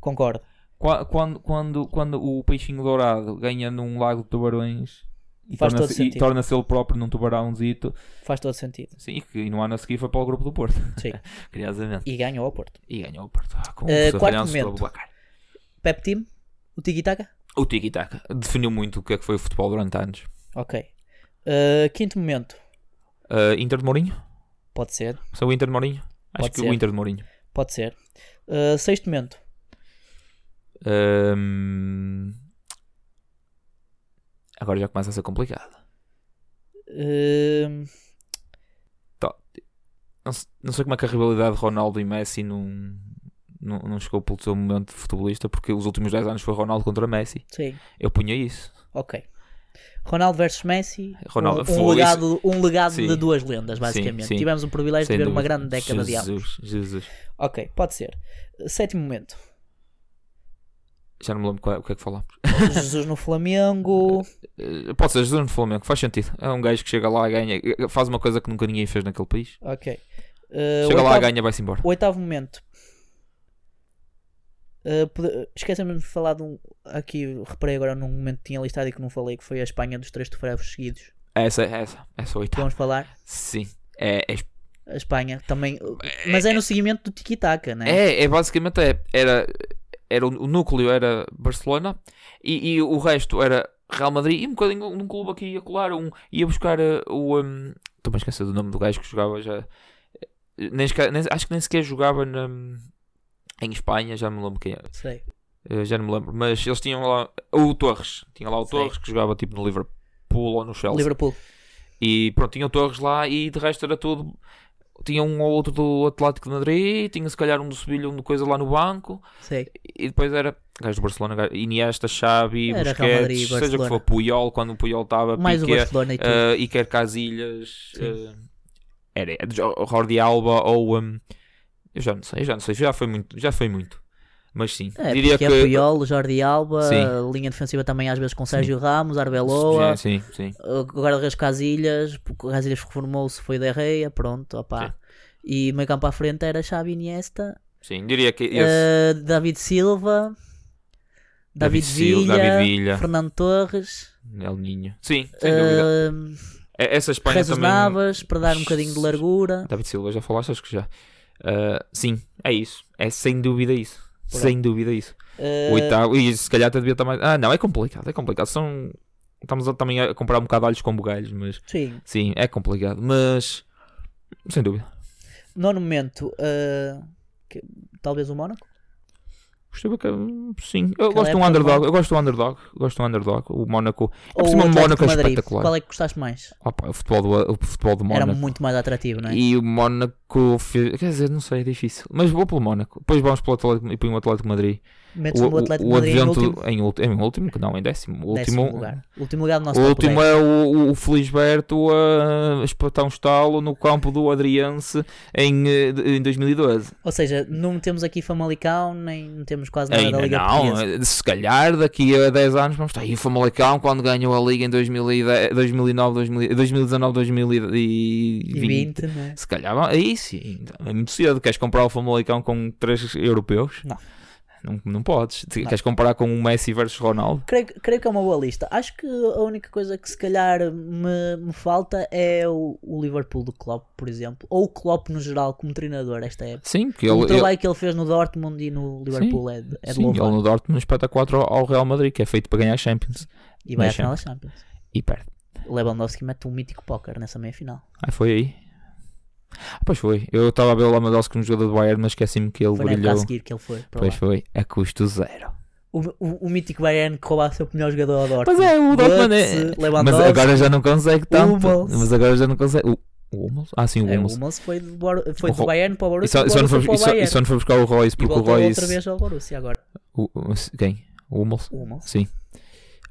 B: concordo.
A: qua- quando, quando, quando o peixinho dourado ganha num lago de tubarões e
B: Faz todo
A: torna-se e
B: sentido.
A: torna-se ele próprio num tubarãozito,
B: Faz todo sentido.
A: sim, e que e no ano a seguir foi para o grupo do Porto, (laughs)
B: Sim.
A: curiosamente.
B: E ganhou ao Porto.
A: E ganhou o Porto. ah, Com o
B: Eh, quarto
A: falhanço do
B: momento.
A: Abubacar.
B: Pep Team, o Tiki Taka?
A: O Tiki Taka definiu muito o que é que foi o futebol durante anos.
B: Ok. Uh, quinto momento.
A: Ah, Inter de Mourinho?
B: Pode ser,
A: Sou o Inter de Mourinho? Acho
B: Pode
A: que
B: ser.
A: o Inter de Mourinho.
B: pode ser. Uh, sexto momento.
A: Ahm, Ehm, Agora já começa a ser complicado.
B: Uh,
A: Não, se- não sei como é que a rivalidade de Ronaldo e Messi não, não, não chegou pelo seu momento de futebolista, porque os últimos 10 anos foi Ronaldo contra Messi.
B: sim,
A: Eu punha isso.
B: ok. Ronaldo versus Messi.
A: Ronaldo,
B: um, um
A: foi
B: legado, um legado
A: Sim.
B: de duas lendas, basicamente.
A: sim.
B: Tivemos o privilégio
A: sem
B: de ver uma
A: dúvida.
B: grande década de ambos.
A: Jesus, Jesus.
B: Ok, pode ser. Uh, Sétimo momento. (laughs)
A: Já não me lembro qual é- o que é que falámos.
B: Jesus no Flamengo.
A: Eh, Pode ser Jesus no Flamengo, faz sentido. É um gajo que chega lá, ganha, eh, faz uma coisa que nunca ninguém fez naquele país.
B: Ok. Uh,
A: Chega lá,
B: oitavo-
A: ganha, vai-se embora.
B: Oitavo momento. Uh, pode- Esquecemos de falar de um. Aqui reparei agora num momento que tinha listado e que não falei, que foi a Espanha dos três troféus seguidos.
A: Essa, essa, essa
B: Que
A: oitava.
B: vamos falar.
A: Sim. É, é
B: A Espanha também. uh, Mas é no seguimento do tiki-taka, né?
A: É, é basicamente é, era, era o núcleo era Barcelona e, e o resto era Real Madrid e um bocadinho um clube aqui ia colar, um ia buscar eh, o um, estou-me a esquecer do nome do gajo que jogava já eh, nem, sequer- nem- acho que nem sequer jogava na, em Espanha, já não me lembro quem era,
B: Sei.
A: eh, já não me lembro, mas eles tinham lá o Torres, tinha lá o
B: Sei.
A: Torres que jogava tipo no Liverpool ou no Chelsea
B: Liverpool.
A: e pronto, tinham Torres lá e de resto era tudo. Tinha um ou outro do Atlético de Madrid, tinha se calhar um do Sevilha, um de coisa lá no banco,
B: Sei.
A: e depois era gajo do Barcelona, gajo, Iniesta, Xavi,
B: Era Real
A: Busquets,
B: Madrid e
A: seja o que
B: Barcelona.
A: for, Puyol, quando o Puyol estava,
B: Mais o
A: Piqué,
B: Barcelona e tudo.
A: eh, Iker Casillas,
B: Sim.
A: eh, era era Jo- Jordi Alba ou... hum, eu já não sei, eu já não sei, já foi muito, já foi muito. Mas sim,
B: É,
A: diria
B: porque
A: que.
B: é Puyol, Jordi Alba,
A: Sim.
B: a linha defensiva também às vezes com Sérgio Ramos, Arbeloa,
A: Sim, sim, sim.
B: o guarda-redes Casilhas, porque o Casilhas reformou-se, foi da Reia, pronto, opá.
A: Sim.
B: E meio campo à frente era Xavi Iniesta,
A: Sim, diria que esse.
B: eh, David Silva,
A: David
B: David,
A: Silva,
B: Villa,
A: David Villa.
B: Fernando Torres,
A: El Ninho. Sim, sem dúvida.
B: eh,
A: É- Essa Espanha
B: Jesus
A: também.
B: Navas, para dar um bocadinho de largura.
A: David Silva, já falaste? Acho que já. Ah, sim, é isso. É sem dúvida isso.
B: Por
A: Sem dúvida isso.
B: Eh,
A: Oitavo. E se calhar até devia estar mais. Ah, não, é complicado, é complicado. São. Estamos a- também a comprar um bocado de alhos com bugalhos, mas.
B: Sim,
A: Sim, é complicado, mas. Sem dúvida.
B: nono momento, eh, que- talvez o Mónaco.
A: Gostei bacana. Sim,
B: é
A: eu gosto de um
B: época,
A: underdog.
B: Mónaco?
A: Eu gosto de um underdog. Gosto de um underdog. O Mónaco. Por
B: Ou
A: cima,
B: o
A: o
B: Atlético
A: Mónaco é
B: de Madrid.
A: espetacular.
B: Qual é que gostaste mais?
A: Opa, o futebol do, o futebol do Mónaco.
B: Era muito mais atrativo, não é?
A: E o Mónaco fez. Quer dizer, não sei, é difícil. Mas vou pelo Mónaco. Depois vamos pelo Atlético, e põe o Atlético de Madrid.
B: Metes o,
A: o,
B: Atlético
A: o
B: de Madrid em
A: advento-
B: último,
A: em ulti- em último, que não, em décimo. O último,
B: décimo lugar. Último lugar do
A: o
B: nosso top
A: último
B: 10.
A: é o, o Felisberto a espetar um estalo no campo do Adriense em, eh, de- em 2012.
B: Ou seja, não temos aqui Famalicão, nem não temos quase nada da
A: Ainda
B: Liga
A: não,
B: Portuguesa.
A: eh, se calhar daqui a 10 anos vamos estar aí o Famalicão quando ganhou a Liga em 2010, 2009, 2000, 2019, 2020.
B: E 20, não é?
A: Se calhar, vão- aí sim, é muito cedo. Queres comprar o Famalicão com três europeus?
B: Não.
A: Não, não podes. Te- Queres comparar com o Messi versus Ronaldo?
B: Creio, que- creio que é uma boa lista. Acho que a única coisa que se calhar me, me falta é o, o Liverpool do Klopp, por exemplo. Ou o Klopp no geral, como treinador, esta época.
A: Sim, que
B: o
A: ele, ele-
B: trabalho que ele fez no Dortmund e no Liverpool é de, é de
A: Sim, ele
B: louvar.
A: no Dortmund espeta 4 ao ao Real Madrid, que é feito para ganhar a Champions.
B: E vai à
A: na
B: final da Champions.
A: E perde.
B: O Lewandowski mete um mítico póquer nessa meia-final.
A: Ah, foi aí. Ah, pois foi. Eu estava a ver o Lewandowski como jogador do Bayern, mas esqueci-me que ele
B: Foi na época a
A: brilhou.
B: seguir que ele foi. para
A: Pois
B: lá.
A: foi. A custo zero.
B: O, o, o mítico Bayern que rouba sempre o melhor jogador ao Dortmund.
A: Pois é, o Dortmund é...
B: Götze,
A: Mas
B: Lewandowski.
A: agora já não consegue tanto.
B: Hummels.
A: Mas agora já não consegue... O, o Hummels? Ah, sim, o
B: É, o
A: Hummels.
B: Hummels foi do, Bor... foi
A: O
B: do
A: Ro-
B: Bayern para o
A: E
B: Borussia.
A: só,
B: do
A: e só não foi, e
B: Borussia para o
A: só- e
B: Bayern.
A: só não foi buscar o Royce,
B: E
A: porque o
B: voltou
A: Royce...
B: outra vez ao Borussia agora.
A: O- o- quem? O Hummels?
B: O Hummels.
A: Sim.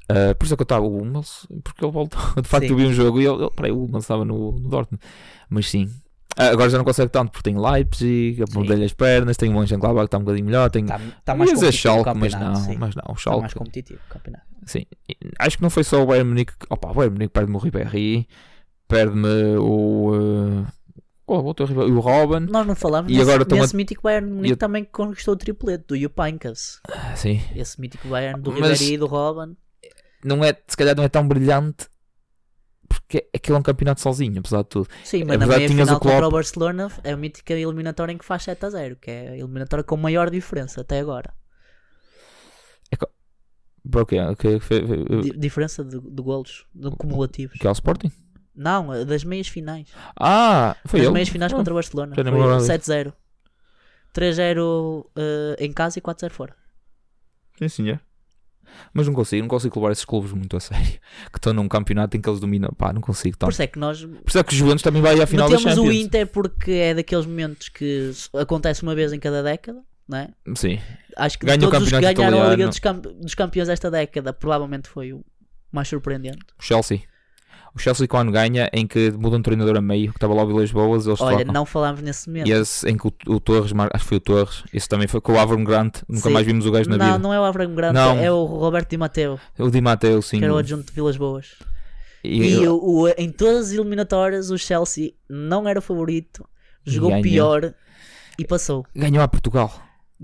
A: Ah, por isso é que eu estava o Hummels, porque ele voltou. (laughs) De facto,
B: Sim.
A: eu vi um jogo e ele. ele peraí, o Hummels estava no, no Dortmund. Mas sim. Ah, agora já não consegue tanto, porque tem Leipzig, apontei-lhe as pernas, tem o Mönchengladbach que está um bocadinho melhor. Tem...
B: Está, está Tá, mais
A: Ia dizer
B: competitivo o
A: Schalke, mas
B: campeonato.
A: não,
B: sim.
A: mas não. O
B: Está
A: Schalke,
B: mais competitivo o campeonato.
A: sim. E Acho que não foi só o Bayern Munique. que- Opa, o Bayern Munique perde-me o Ribéry, perde-me o. ah, Qual é o outro rival? O Robin.
B: Nós não falamos
A: E
B: nesse,
A: agora estão
B: nesse mítico Bayern de Munique
A: e a-
B: também que conquistou o triplete do Jupankas.
A: Ah, sim.
B: Esse mítico Bayern do
A: Mas-
B: Ribéry e do Robin.
A: Não é, se calhar não é tão brilhante, porque aquilo é um campeonato sozinho, apesar de tudo.
B: Sim,
A: É
B: mas na
A: verdade,
B: meia
A: tinhas
B: final
A: o Klopp.
B: contra o Barcelona é a mítica eliminatória em que faz 7 a 0, que é a eliminatória com maior diferença até agora.
A: Para o quê? O que foi- foi-
B: Di- diferença de, de golos, de cumulativos.
A: Que é o Sporting?
B: Não, a das meias finais.
A: Ah, foi
B: das
A: ele.
B: meias finais
A: Ah,
B: contra o Barcelona.
A: já
B: Foi
A: nem me lembrava
B: 7-0. 3-0 eh, em casa e 4-0 fora.
A: Sim, é. senhor. Mas não consigo, não consigo levar esses clubes muito a sério. (laughs) Que estão num campeonato em que eles dominam. Pá, não consigo
B: Por
A: tanto.
B: isso é que nós
A: Por isso é que os Juventus também vai à final da
B: metemos
A: Champions.
B: o Inter porque é daqueles momentos que s- acontece uma vez em cada década. Não é?
A: Sim.
B: Acho que de
A: Ganha o
B: todos os que
A: campeonato
B: ganharam a Liga
A: italiano.
B: dos, Cam- dos Campeões esta década, provavelmente foi o mais surpreendente.
A: O Chelsea. O Chelsea quando ganha, em que mudam de treinador a meio, que estava lá o Vilas Boas, eles
B: Olha,
A: trocam.
B: não falámos nesse momento.
A: E é esse em que o, o Torres, mar- acho que foi o Torres, esse também foi com o Avram Grant, nunca
B: Sim.
A: mais vimos o gajo na
B: não,
A: vida.
B: não é o Avram Grande,
A: Não.
B: é o Roberto Di Matteo,
A: O Di Matteo, sim.
B: que era o adjunto de Vilas Boas.
A: E- eh,
B: E o, o- em todas as eliminatórias, o Chelsea não era favorito, jogou
A: Ganhou.
B: pior e passou.
A: Ganhou a Portugal.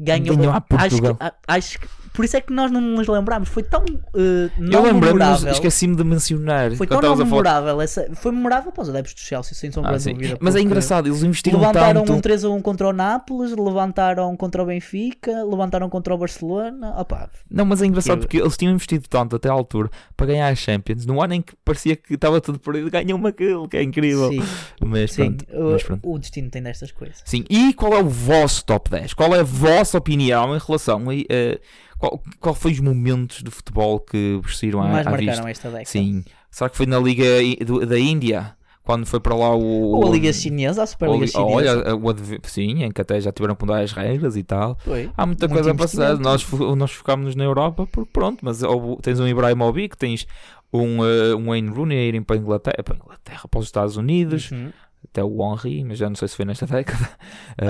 B: Ganhou,
A: Ganhou a
B: acho, que,
A: Portugal.
B: a- acho que- Por isso é que nós não nos lembramos. Foi tão eh, não
A: Eu lembrei-me, mas
B: memorável.
A: esqueci-me de mencionar.
B: Foi tão
A: quando
B: não
A: estavas a falar.
B: memorável. Essa, foi memorável para os adeptos do Chelsea, sem sombra
A: Ah,
B: de
A: sim.
B: dúvida.
A: Mas é
B: porque
A: engraçado, eles investiram
B: Levantaram
A: tanto.
B: um 3 a 1 contra o Nápoles, levantaram contra o Benfica, levantaram contra o Barcelona. Opa,
A: Não, mas é engraçado
B: Eu-
A: porque eles tinham investido tanto até à altura para ganhar a Champions. No ano em que parecia que estava tudo perdido, ganhou uma aquilo, que é incrível.
B: sim,
A: Mas
B: sim.
A: pronto.
B: O-
A: mas pronto.
B: O, destino tem destas coisas.
A: Sim, e qual é o vosso top 10? Qual é a vossa opinião em relação a. eh, qual, qual foi os momentos de futebol que vos saíram à,
B: Mas
A: à
B: marcaram
A: vista?
B: esta década.
A: Sim. Será que foi na Liga i- do- da Índia? Quando foi para lá o.
B: Ou a Liga Chinesa, a Superliga
A: Oli-
B: Chinesa.
A: Olha, o adve- sim, em que até já tiveram que mudar as regras e tal.
B: Foi.
A: Há muita
B: Muito
A: coisa a passar.
B: Um investimento.
A: Nós, fo- nós focámos-nos na Europa porque pronto, mas ou tens um Ibrahimovic, tens um, eh, um Wayne Rooney a irem para a Inglaterra, para, a Inglaterra, para os Estados Unidos,
B: Uhum.
A: até o Henry, mas já não sei se foi nesta década.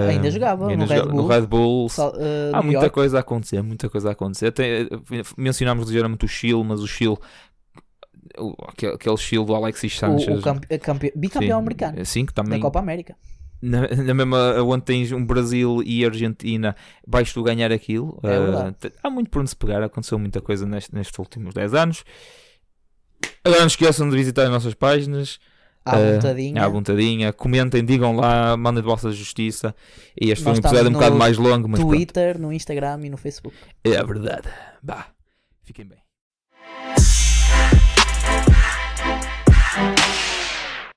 B: Ainda
A: Ah,
B: jogava no Red
A: jogava-
B: Bull.
A: Red Bull.
B: Sal- eh,
A: Há
B: New
A: muita
B: York.
A: coisa a acontecer, muita coisa a acontecer. Até, eh, mencionámos ligeiramente o Chile, mas o Chile, o- aquele, aquele Chile do Alexis Sanchez.
B: o, o campe- eh, campe- bicampeão
A: Sim,
B: americano
A: Sim, que
B: da
A: também.
B: Copa América.
A: Na, na mesma, onde tens um Brasil e Argentina, vais tu ganhar aquilo.
B: É
A: Eh,
B: verdade.
A: te- há muito por onde se pegar, aconteceu muita coisa neste- nestes últimos 10 anos. Agora não esqueçam de visitar as nossas páginas.
B: À
A: Eh,
B: vontadinha.
A: À vontadinha. Comentem, digam lá, mandem de vossa justiça. E este foi um
B: Nós
A: episódio um
B: estamos
A: bocado
B: no
A: mais longo, mas
B: Twitter, no Instagram e no Facebook.
A: pronto, é a verdade. Bah, fiquem bem.